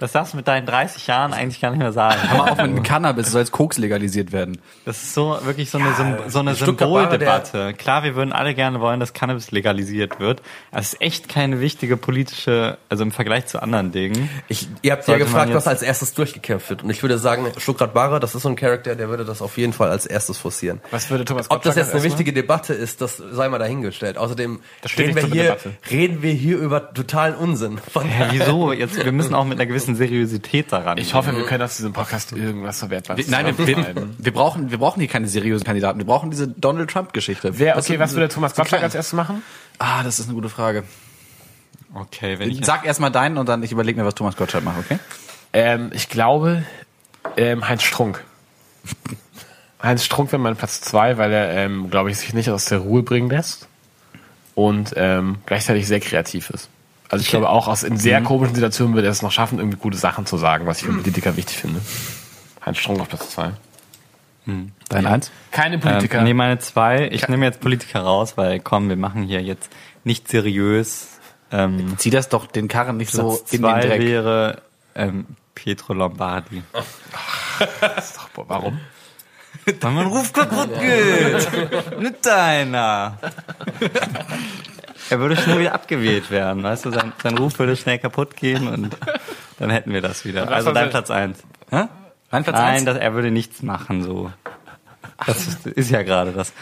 Das darfst du mit deinen 30 Jahren eigentlich gar nicht mehr sagen. Aber auch mit dem Cannabis soll jetzt Koks legalisiert werden. Das ist so wirklich so eine, Sym so eine Stuttgart war der- Symboldebatte. Klar, wir würden alle gerne wollen, dass Cannabis legalisiert wird. Aber es ist echt keine wichtige politische, also im Vergleich zu anderen Dingen. Ich, ihr habt ja Sollte man gefragt, jetzt- was als erstes durchgekämpft wird. Und ich würde sagen, Stuckrad Barre, das ist so ein Charakter, der würde das auf jeden Fall als erstes forcieren. Was würde Thomas Ob Gottschalk das jetzt eine als erstes wichtige Debatte ist, das sei mal dahingestellt. Außerdem Das steht reden wir, nicht zur hier, Debatte. reden wir hier über totalen Unsinn. Von Ja, wieso? Jetzt, wir müssen auch mit einer gewissen Seriosität daran. Ich hoffe, wir können aus diesem Podcast irgendwas verwertbares Nein, wir, zusammenschneiden. wir, wir, brauchen, wir brauchen hier keine seriösen Kandidaten. Wir brauchen diese Donald Trump-Geschichte. Wer, okay, was würde Thomas die Gottschalk kleinen- als erstes machen? Ah, das ist eine gute Frage. Okay, wenn ich Sag erstmal deinen und dann ich überlege mir, was Thomas Gottschalk macht, okay? Ähm, ich glaube, ähm, Heinz Strunk. Heinz Strunk wäre mein Platz 2, weil er, ähm, glaube ich, sich nicht aus der Ruhe bringen lässt und ähm, gleichzeitig sehr kreativ ist. Also ich glaube auch aus in sehr komischen Situationen würde er es noch schaffen, irgendwie gute Sachen zu sagen, was ich für Politiker wichtig finde. Heinz Strunk auf Platz 2. Dein Eins? Keine Ähm, Politiker. nee, meine zwei. Ich nehme jetzt Politiker raus, weil komm, wir machen hier jetzt nicht seriös. Ähm, Zieh das doch den Karren nicht so Platz in den zwei Dreck. wäre ähm, Pietro Lombardi. Warum? Weil mein Ruf kaputt geht. Nicht deiner. Er würde schnell wieder abgewählt werden, weißt du? Sein, sein Ruf würde schnell kaputt gehen und dann hätten wir das wieder. Also uns dein jetzt- Platz eins. Hä? Mein Platz Nein, eins? das, er würde nichts machen, so. Das ist, ist ja gerade das.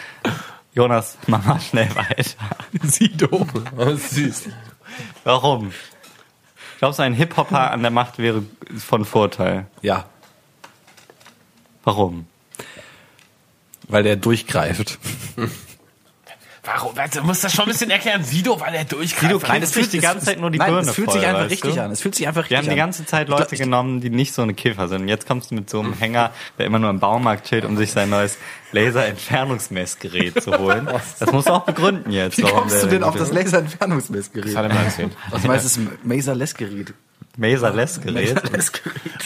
Jonas, mach mal schnell weiter. Sido. Süß. Warum? Glaubst du, ein Hip-Hopper an der Macht wäre von Vorteil? Ja, Warum? weil der durchgreift. Warum? Warte, Du musst das schon ein bisschen erklären. Sido, weil er durchgreift. Sido kann- Nein, es fühlt sich die ganze Zeit nur die nein, Birne es fühlt voll, sich einfach weißt richtig du? an. Es fühlt sich einfach Wir richtig haben die ganze Zeit Leute Ich glaub, genommen, die nicht so eine Kiffer sind. Und jetzt kommst du mit so einem Hänger, der immer nur im Baumarkt chillt, um sich sein neues Laser-Entfernungsmessgerät zu holen. Das musst du auch begründen jetzt. Wie warum kommst du der denn auf das gute das hat er Laserentfernungsmessgerät? Also mir erzählt. Was meinst du, Maser-Less-Gerät? Laser-Less-Gerät?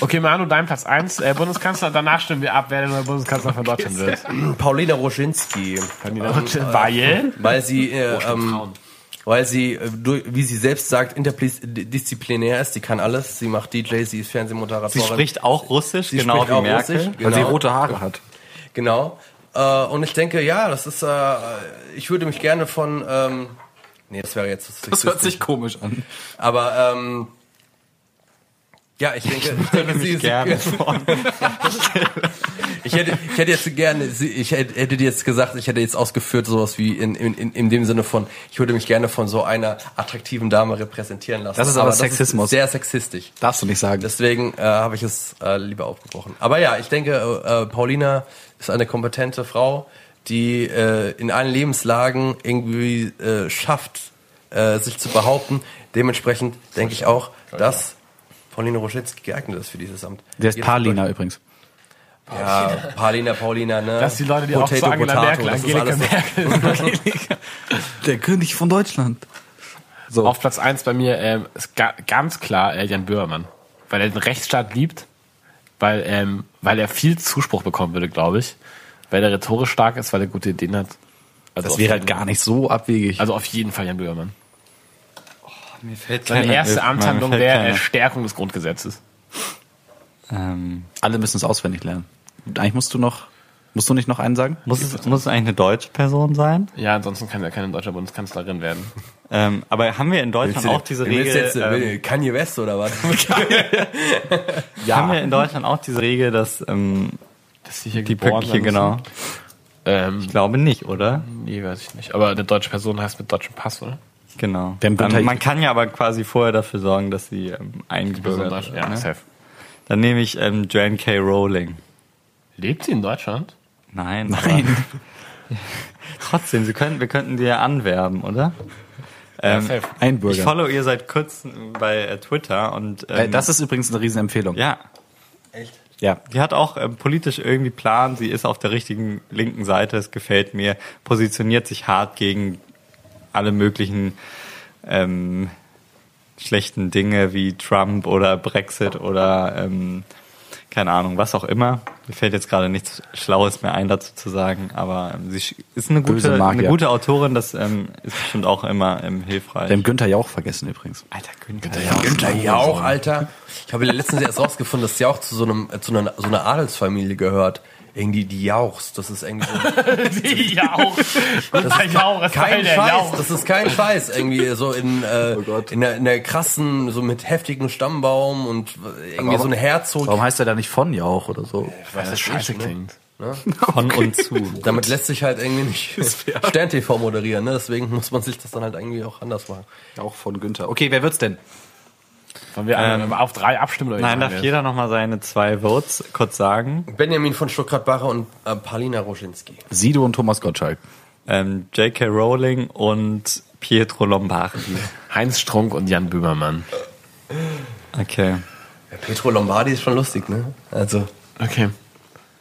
Okay, Manu, dein Platz 1, äh, Bundeskanzler. Danach stimmen wir ab, wer der neue Bundeskanzler von Deutschland wird. Paulina Roschinski. Weil? Weil sie, äh, ähm, weil sie, äh, durch- wie sie selbst sagt, interdisziplinär ist. Sie kann alles. Sie macht DJ, sie ist Sie Fernsehmoderatorin. spricht auch Russisch, Sie genau spricht wie auch Merkel. Russisch, Weil sie genau. rote Haare hat. Genau. Äh, und ich denke, ja, das ist, äh, ich würde mich gerne von, ähm, nee, das wäre jetzt Das hört sich komisch an. Aber ähm, ja, ich denke, ich, denke, sie, Mich sie, gerne. ich, hätte, ich hätte jetzt gerne, sie, ich hätte, hätte dir jetzt gesagt, ich hätte jetzt ausgeführt sowas wie in, in, in, in dem Sinne von, ich würde mich gerne von so einer attraktiven Dame repräsentieren lassen. Das ist aber Sexismus. sehr sexistisch. Darfst du nicht sagen. Deswegen äh, habe ich es äh, lieber aufgebrochen. Aber ja, ich denke, äh, äh, Paulina ist eine kompetente Frau, die äh, in allen Lebenslagen irgendwie äh, schafft, äh, sich zu behaupten. Dementsprechend denke ich auch, dass Pauline Roschitzki geeignet ist für dieses Amt. Der ist Jetzt- Palina übrigens. Ja, Paulina, Paulina, ne? Dass die Leute, die auch zu Angela Merkel, das ist Angelika alles so. Merkel. Der König von Deutschland. So. Auf Platz 1 bei mir ähm, ist ga ganz klar äh, Jan Böhmermann. Weil er den Rechtsstaat liebt, weil, ähm, weil er viel Zuspruch bekommen würde, glaube ich. weil der rhetorisch stark ist, weil er gute Ideen hat. Das Also auf wäre jeden- halt gar nicht so abwegig. Also auf jeden Fall Jan Böhmermann. Mir fällt Seine keiner- erste mir- Amtshandlung mir fällt wäre keiner. äh, Stärkung des Grundgesetzes. Ähm, Alle müssen es auswendig lernen. Eigentlich musst du noch, musst du nicht noch einen sagen? muss, es, muss es eigentlich eine deutsche Person sein? Ja, ansonsten kann ja keine deutsche Bundeskanzlerin werden. Ähm, aber haben wir in Deutschland auch diese Willst du Regel? Jetzt, äh, ähm, will- Kanye West oder was? Haben wir in Deutschland auch diese Regel, dass ähm, Dass sie hier die Pünktchen, genau. Ähm, Ich glaube nicht, oder? nee, weiß ich nicht. Aber eine deutsche Person heißt mit deutschem Pass, oder? Genau. Wir haben Günther- Ähm, man kann ja aber quasi vorher dafür sorgen, dass sie ähm, eingebürgert Person wird. ja, ne? safe. Dann nehme ich ähm, Joanne K. Rowling. Lebt sie in Deutschland? Nein. Nein. Trotzdem, sie können, wir könnten die ja anwerben, oder? Ähm, safe. Einbürger. Ich follow ihr seit kurzem bei äh, Twitter und ähm, Äh, das ist übrigens eine Riesenempfehlung. ja, ja. die hat auch ähm, politisch irgendwie Plan. Sie ist auf der richtigen linken Seite. Es gefällt mir. Positioniert sich hart gegen alle möglichen ähm, schlechten Dinge wie Trump oder Brexit oder ähm, keine Ahnung, was auch immer. Mir fällt jetzt gerade nichts Schlaues mehr ein dazu zu sagen, aber ähm, sie sch- ist eine Böse gute, Magier. eine gute Autorin. Das ähm, ist bestimmt auch immer ähm, hilfreich. Wir haben Günther Jauch vergessen übrigens. Alter Günther, Günther Jauch, Alter. Ich habe letztens erst rausgefunden, dass Jauch zu so, einem, äh, zu einer, so einer Adelsfamilie gehört. Irgendwie die Jauchs. Das ist irgendwie so. Die Jauch. Gunther Jauch ist Teil Kein der Scheiß. Jauch. Das ist kein Scheiß. Irgendwie so in, äh, in, der, in der krassen, so mit heftigem Stammbaum und äh, irgendwie so ein Herzog. Warum heißt er da nicht von Jauch oder so? Weil das scheiße klingt. von und zu. Damit lässt sich halt irgendwie nicht Stern-TV moderieren. Ne? Deswegen muss man sich das dann halt irgendwie auch anders machen. Jauch von Günther. Okay, wer wird's denn? Wollen wir ähm, auf drei abstimmen? Oder wie Nein, machen darf wir das? jeder nochmal seine zwei Votes kurz sagen. Benjamin von Stuttgart-Barre und äh, Paulina Roschinski. Sido und Thomas Gottschalk. Ähm, J.K. Rowling und Pietro Lombardi. Heinz Strunk und Jan Böhmermann. Okay. Ja, Petro Lombardi ist schon lustig, ne? Also. Okay.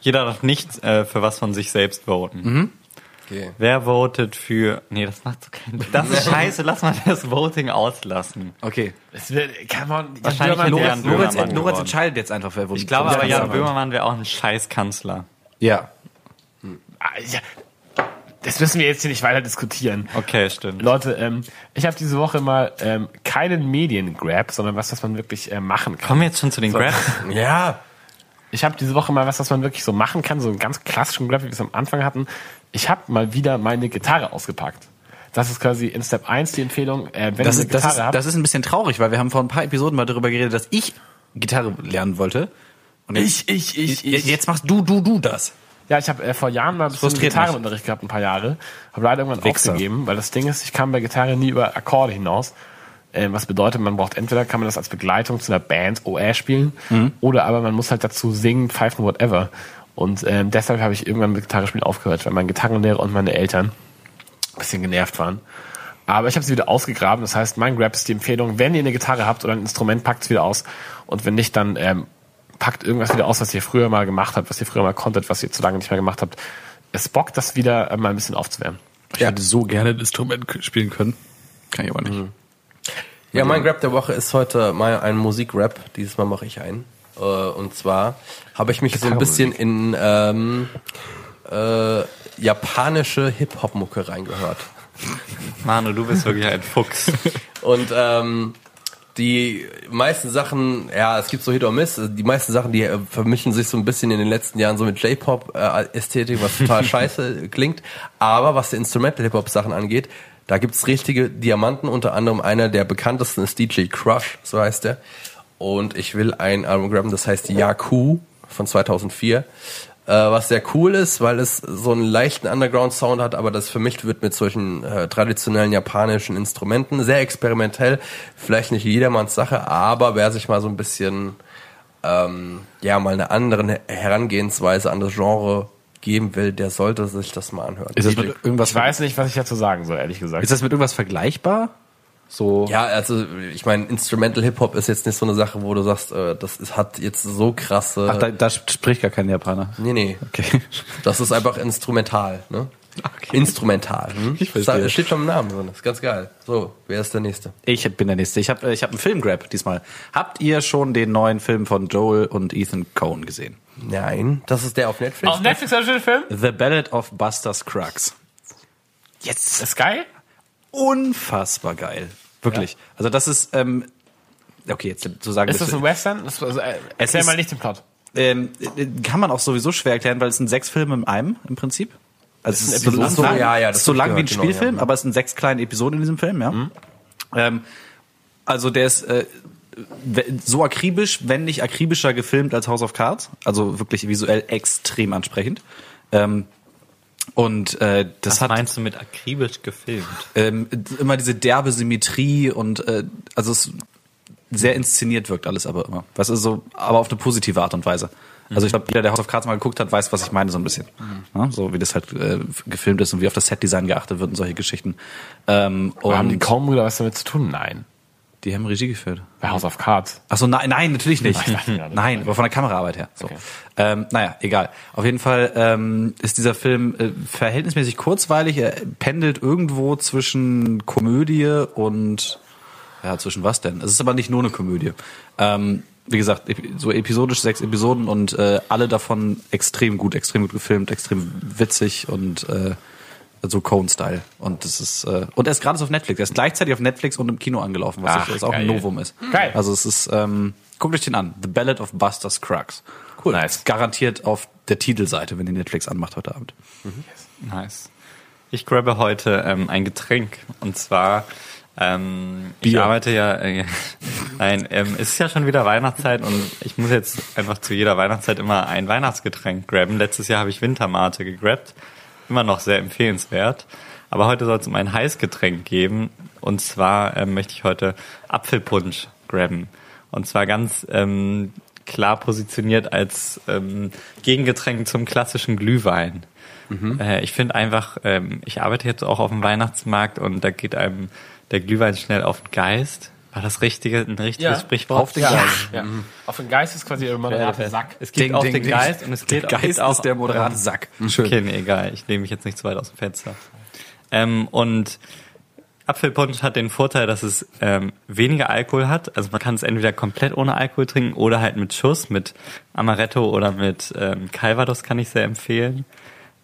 Jeder darf nicht äh, für was von sich selbst voten. Okay. Wer votet für. Nee, das macht so keinen Das ist scheiße, lass mal das Voting auslassen. Okay. Es wird, kann man, Wahrscheinlich Jan Böhmermann, nur der Jan ist- Böhmermann. Lorenz, Lorenz entscheidet jetzt einfach, wer Ich glaube aber, Jan Böhmermann wäre auch ein scheiß Kanzler. Ja. Ah, ja. Das müssen wir jetzt hier nicht weiter diskutieren. Okay, stimmt. Leute, ähm, ich habe diese Woche mal ähm, keinen Mediengrab, sondern was, was man wirklich äh, machen kann. Kommen wir jetzt schon zu den Grabs. Ja, Ich habe diese Woche mal was, was man wirklich so machen kann, so einen ganz klassischen Grab, wie wir es am Anfang hatten. Ich habe mal wieder meine Gitarre ausgepackt. Das ist quasi in Step 1 die Empfehlung, äh, wenn Das ihr eine ist, das, Gitarre ist, habt. das ist ein bisschen traurig, weil wir haben vor ein paar Episoden mal darüber geredet, dass ich Gitarre lernen wollte. Und jetzt, ich, jetzt- jetzt machst du, du, du das. Ja, ich habe äh, vor Jahren mal ein bisschen frustriert mich. Gitarrenunterricht gehabt, ein paar Jahre. Habe leider irgendwann Wichser. aufgegeben, weil das Ding ist, ich kam bei Gitarre nie über Akkorde hinaus. Ähm, was bedeutet, man braucht entweder kann man das als Begleitung zu einer Band OR spielen Mhm. oder aber man muss halt dazu singen, pfeifen, whatever. Und ähm, deshalb habe ich irgendwann mit Gitarre spielen aufgehört, weil mein Gitarrenlehrer und meine Eltern ein bisschen genervt waren. Aber ich habe sie wieder ausgegraben. Das heißt, mein Grab ist die Empfehlung, wenn ihr eine Gitarre habt oder ein Instrument, packt es wieder aus. Und wenn nicht, dann ähm, packt irgendwas wieder aus, was ihr früher mal gemacht habt, was ihr früher mal konntet, was ihr zu lange nicht mehr gemacht habt. Es bockt, das wieder äh, mal ein bisschen aufzuwärmen. Ich hätte so gerne ein Instrument k- spielen können. Kann ich aber nicht. Ja, mein Rap der Woche ist heute mal ein Musikrap. Dieses Mal mache ich einen. Äh, Und zwar habe ich mich so ein bisschen in ähm, äh, japanische Hip-Hop-Mucke reingehört. Manu, du bist wirklich ein Fuchs. Und ähm, die meisten Sachen, ja, es gibt so Hit or Miss, die meisten Sachen, die äh, vermischen sich so ein bisschen in den letzten Jahren so mit J-Pop-Ästhetik, was total scheiße klingt. Aber was die Instrumental-Hip-Hop-Sachen angeht, da gibt's richtige Diamanten, unter anderem einer der bekanntesten ist DJ Crush, so heißt er. Und ich will ein Album graben, das heißt Yaku von 2004. Äh, was sehr cool ist, weil es so einen leichten Underground-Sound hat, aber das vermischt wird mit solchen äh, traditionellen japanischen Instrumenten. Sehr experimentell, vielleicht nicht jedermanns Sache, aber wer sich mal so ein bisschen, ähm, ja, mal eine andere Herangehensweise an das Genre geben will, der sollte sich das mal anhören. Ist das mit irgendwas, Ich weiß nicht, was ich dazu sagen soll, ehrlich gesagt. ist das mit irgendwas vergleichbar? So. ja, also ich meine, Instrumental Hip-Hop ist jetzt nicht so eine Sache, wo du sagst, äh, das ist, hat jetzt so Äh. krasse... Ach, da, da spricht gar kein Japaner. nee, nee, Okay. das ist einfach instrumental, ne? Instrumental. Hm? Ich verstehe. Das steht schon im Namen drin. Das ist ganz geil. So, wer ist der Nächste? Ich bin der Nächste. Ich habe ich hab einen Film-Grab diesmal. Habt ihr schon den neuen Film von Joel und Ethan Cohen gesehen? Nein, das ist der auf Netflix. Auf Netflix hast du den Film? The Ballad of Buster Scruggs. Yes! Ist geil? Oh. Unfassbar geil. Wirklich. Also das ist, ähm, okay, jetzt zu sagen... Ist das das- ein Western? Das, also, äh, erzähl ist- mal nicht den Plot. ähm, kann man auch sowieso schwer erklären, weil es sind sechs Filme in einem im Prinzip. Also es ist so, Episoden? so, lang, Ach so, ja, ja, das ist so hab ich lang wie ein gehört, genau, Mhm. Spielfilm, aber es sind sechs kleine Episoden in diesem Film, ja. Ähm, also der ist äh, we- so akribisch, wenn nicht akribischer gefilmt als House of Cards. Also wirklich visuell extrem ansprechend. Ähm, und äh, das Was hat meinst du mit akribisch gefilmt? ähm, immer diese derbe Symmetrie und äh, also es sehr inszeniert wirkt alles aber immer. Was ist so, aber auf eine positive Art und Weise. Also ich glaube, jeder, der House of Cards mal geguckt hat, weiß, was ich meine so ein bisschen. Mhm. Ja, so wie das halt äh, gefilmt ist und wie auf das Setdesign geachtet wird und solche Geschichten. Ähm, und Haben die die, Coen-Brüder was damit zu tun? Nein. haben Regie geführt. Bei House of Cards. Achso, nein, nein, natürlich nicht. Ich dachte gerade. Nein, aber von der Kameraarbeit her. So. Ähm, naja, egal. Auf jeden Fall ähm, ist dieser Film äh, verhältnismäßig kurzweilig. Er pendelt irgendwo zwischen Komödie und ja, zwischen was denn? Es ist aber nicht nur eine Komödie. Ähm, wie gesagt, epi- so episodisch sechs Episoden und äh, alle davon extrem gut, extrem gut gefilmt, extrem witzig und äh, so Cone-Style. Und das ist äh, und er ist gerade so auf Netflix. Er ist gleichzeitig auf Netflix und im Kino angelaufen, was Ach, das auch ein geil. Novum ist. Geil. Also es ist, ähm, guckt euch den an. The Ballad of Buster Scruggs. Cool. Nice. Garantiert auf der Titelseite, wenn ihr Netflix anmacht heute Abend. Nice. Ich grabe heute ähm, ein Getränk und zwar ähm, ich Bier. arbeite ja äh, nein ähm, es ist ja schon wieder Weihnachtszeit und ich muss jetzt einfach zu jeder Weihnachtszeit immer ein Weihnachtsgetränk graben. Letztes Jahr habe ich Wintermate gegrabt, immer noch sehr empfehlenswert. Aber heute soll es um ein Heißgetränk geben und zwar ähm, möchte ich heute Apfelpunsch graben und zwar ganz ähm, klar positioniert als ähm, Gegengetränk zum klassischen Glühwein. Äh, ich finde einfach, ähm, ich arbeite jetzt auch auf dem Weihnachtsmarkt und da geht einem der Glühwein schnell auf den Geist. War das richtige, ein richtiges Ja. Sprichwort? Auf den Ja. Geist. ja. Auf den Geist ist quasi immer der harte Sack. Es geht Ding, auf ding, den ding. Geist und es geht auf- geht auch Mhm. moderate Sack. Schön. Okay, nee, egal. Ich nehme mich jetzt nicht zu weit aus dem Fenster. Ähm, und Apfelpunsch hat den Vorteil, dass es ähm, weniger Alkohol hat. Also man kann es entweder komplett ohne Alkohol trinken oder halt mit Schuss, mit Amaretto oder mit ähm, Calvados kann ich sehr empfehlen.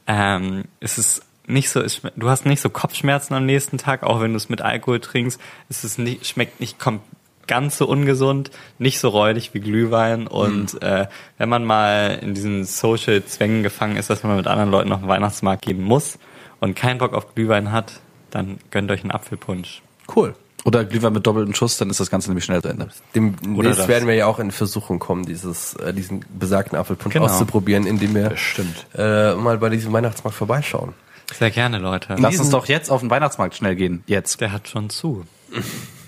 Ähm, es ist nicht so, es schme- du hast nicht so Kopfschmerzen am nächsten Tag, auch wenn du es mit Alkohol trinkst. Es ist nicht, schmeckt nicht kom ganz so ungesund, nicht so räudig wie Glühwein. Und äh, wenn man mal in diesen Social-Zwängen gefangen ist, dass man mit anderen Leuten auf den Weihnachtsmarkt gehen muss und keinen Bock auf Glühwein hat, dann gönnt euch einen Apfelpunsch. Cool. Oder Glühwein mit doppeltem Schuss, dann ist das Ganze nämlich schnell zu Ende. Demnächst das. werden wir ja auch in Versuchung kommen, dieses, äh, diesen besagten Apfelpunsch Genau. auszuprobieren, indem wir Bestimmt. äh, mal bei diesem Weihnachtsmarkt vorbeischauen. Sehr gerne, Leute. Lass uns diesem- doch jetzt auf den Weihnachtsmarkt schnell gehen. Jetzt. Der hat schon zu.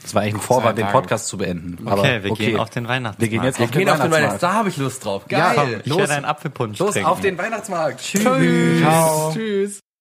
Das war eigentlich ein Vorwand, den Tagen. Podcast zu beenden. Okay, Okay, wir gehen auf den Weihnachtsmarkt. Wir gehen jetzt Wir auf den Weihnachtsmarkt. Da habe ich Lust drauf. Ja, Geil. komm, Ich werde einen Apfelpunsch Los trinken. auf den Weihnachtsmarkt. Tschüss. Ciao. Tschüss.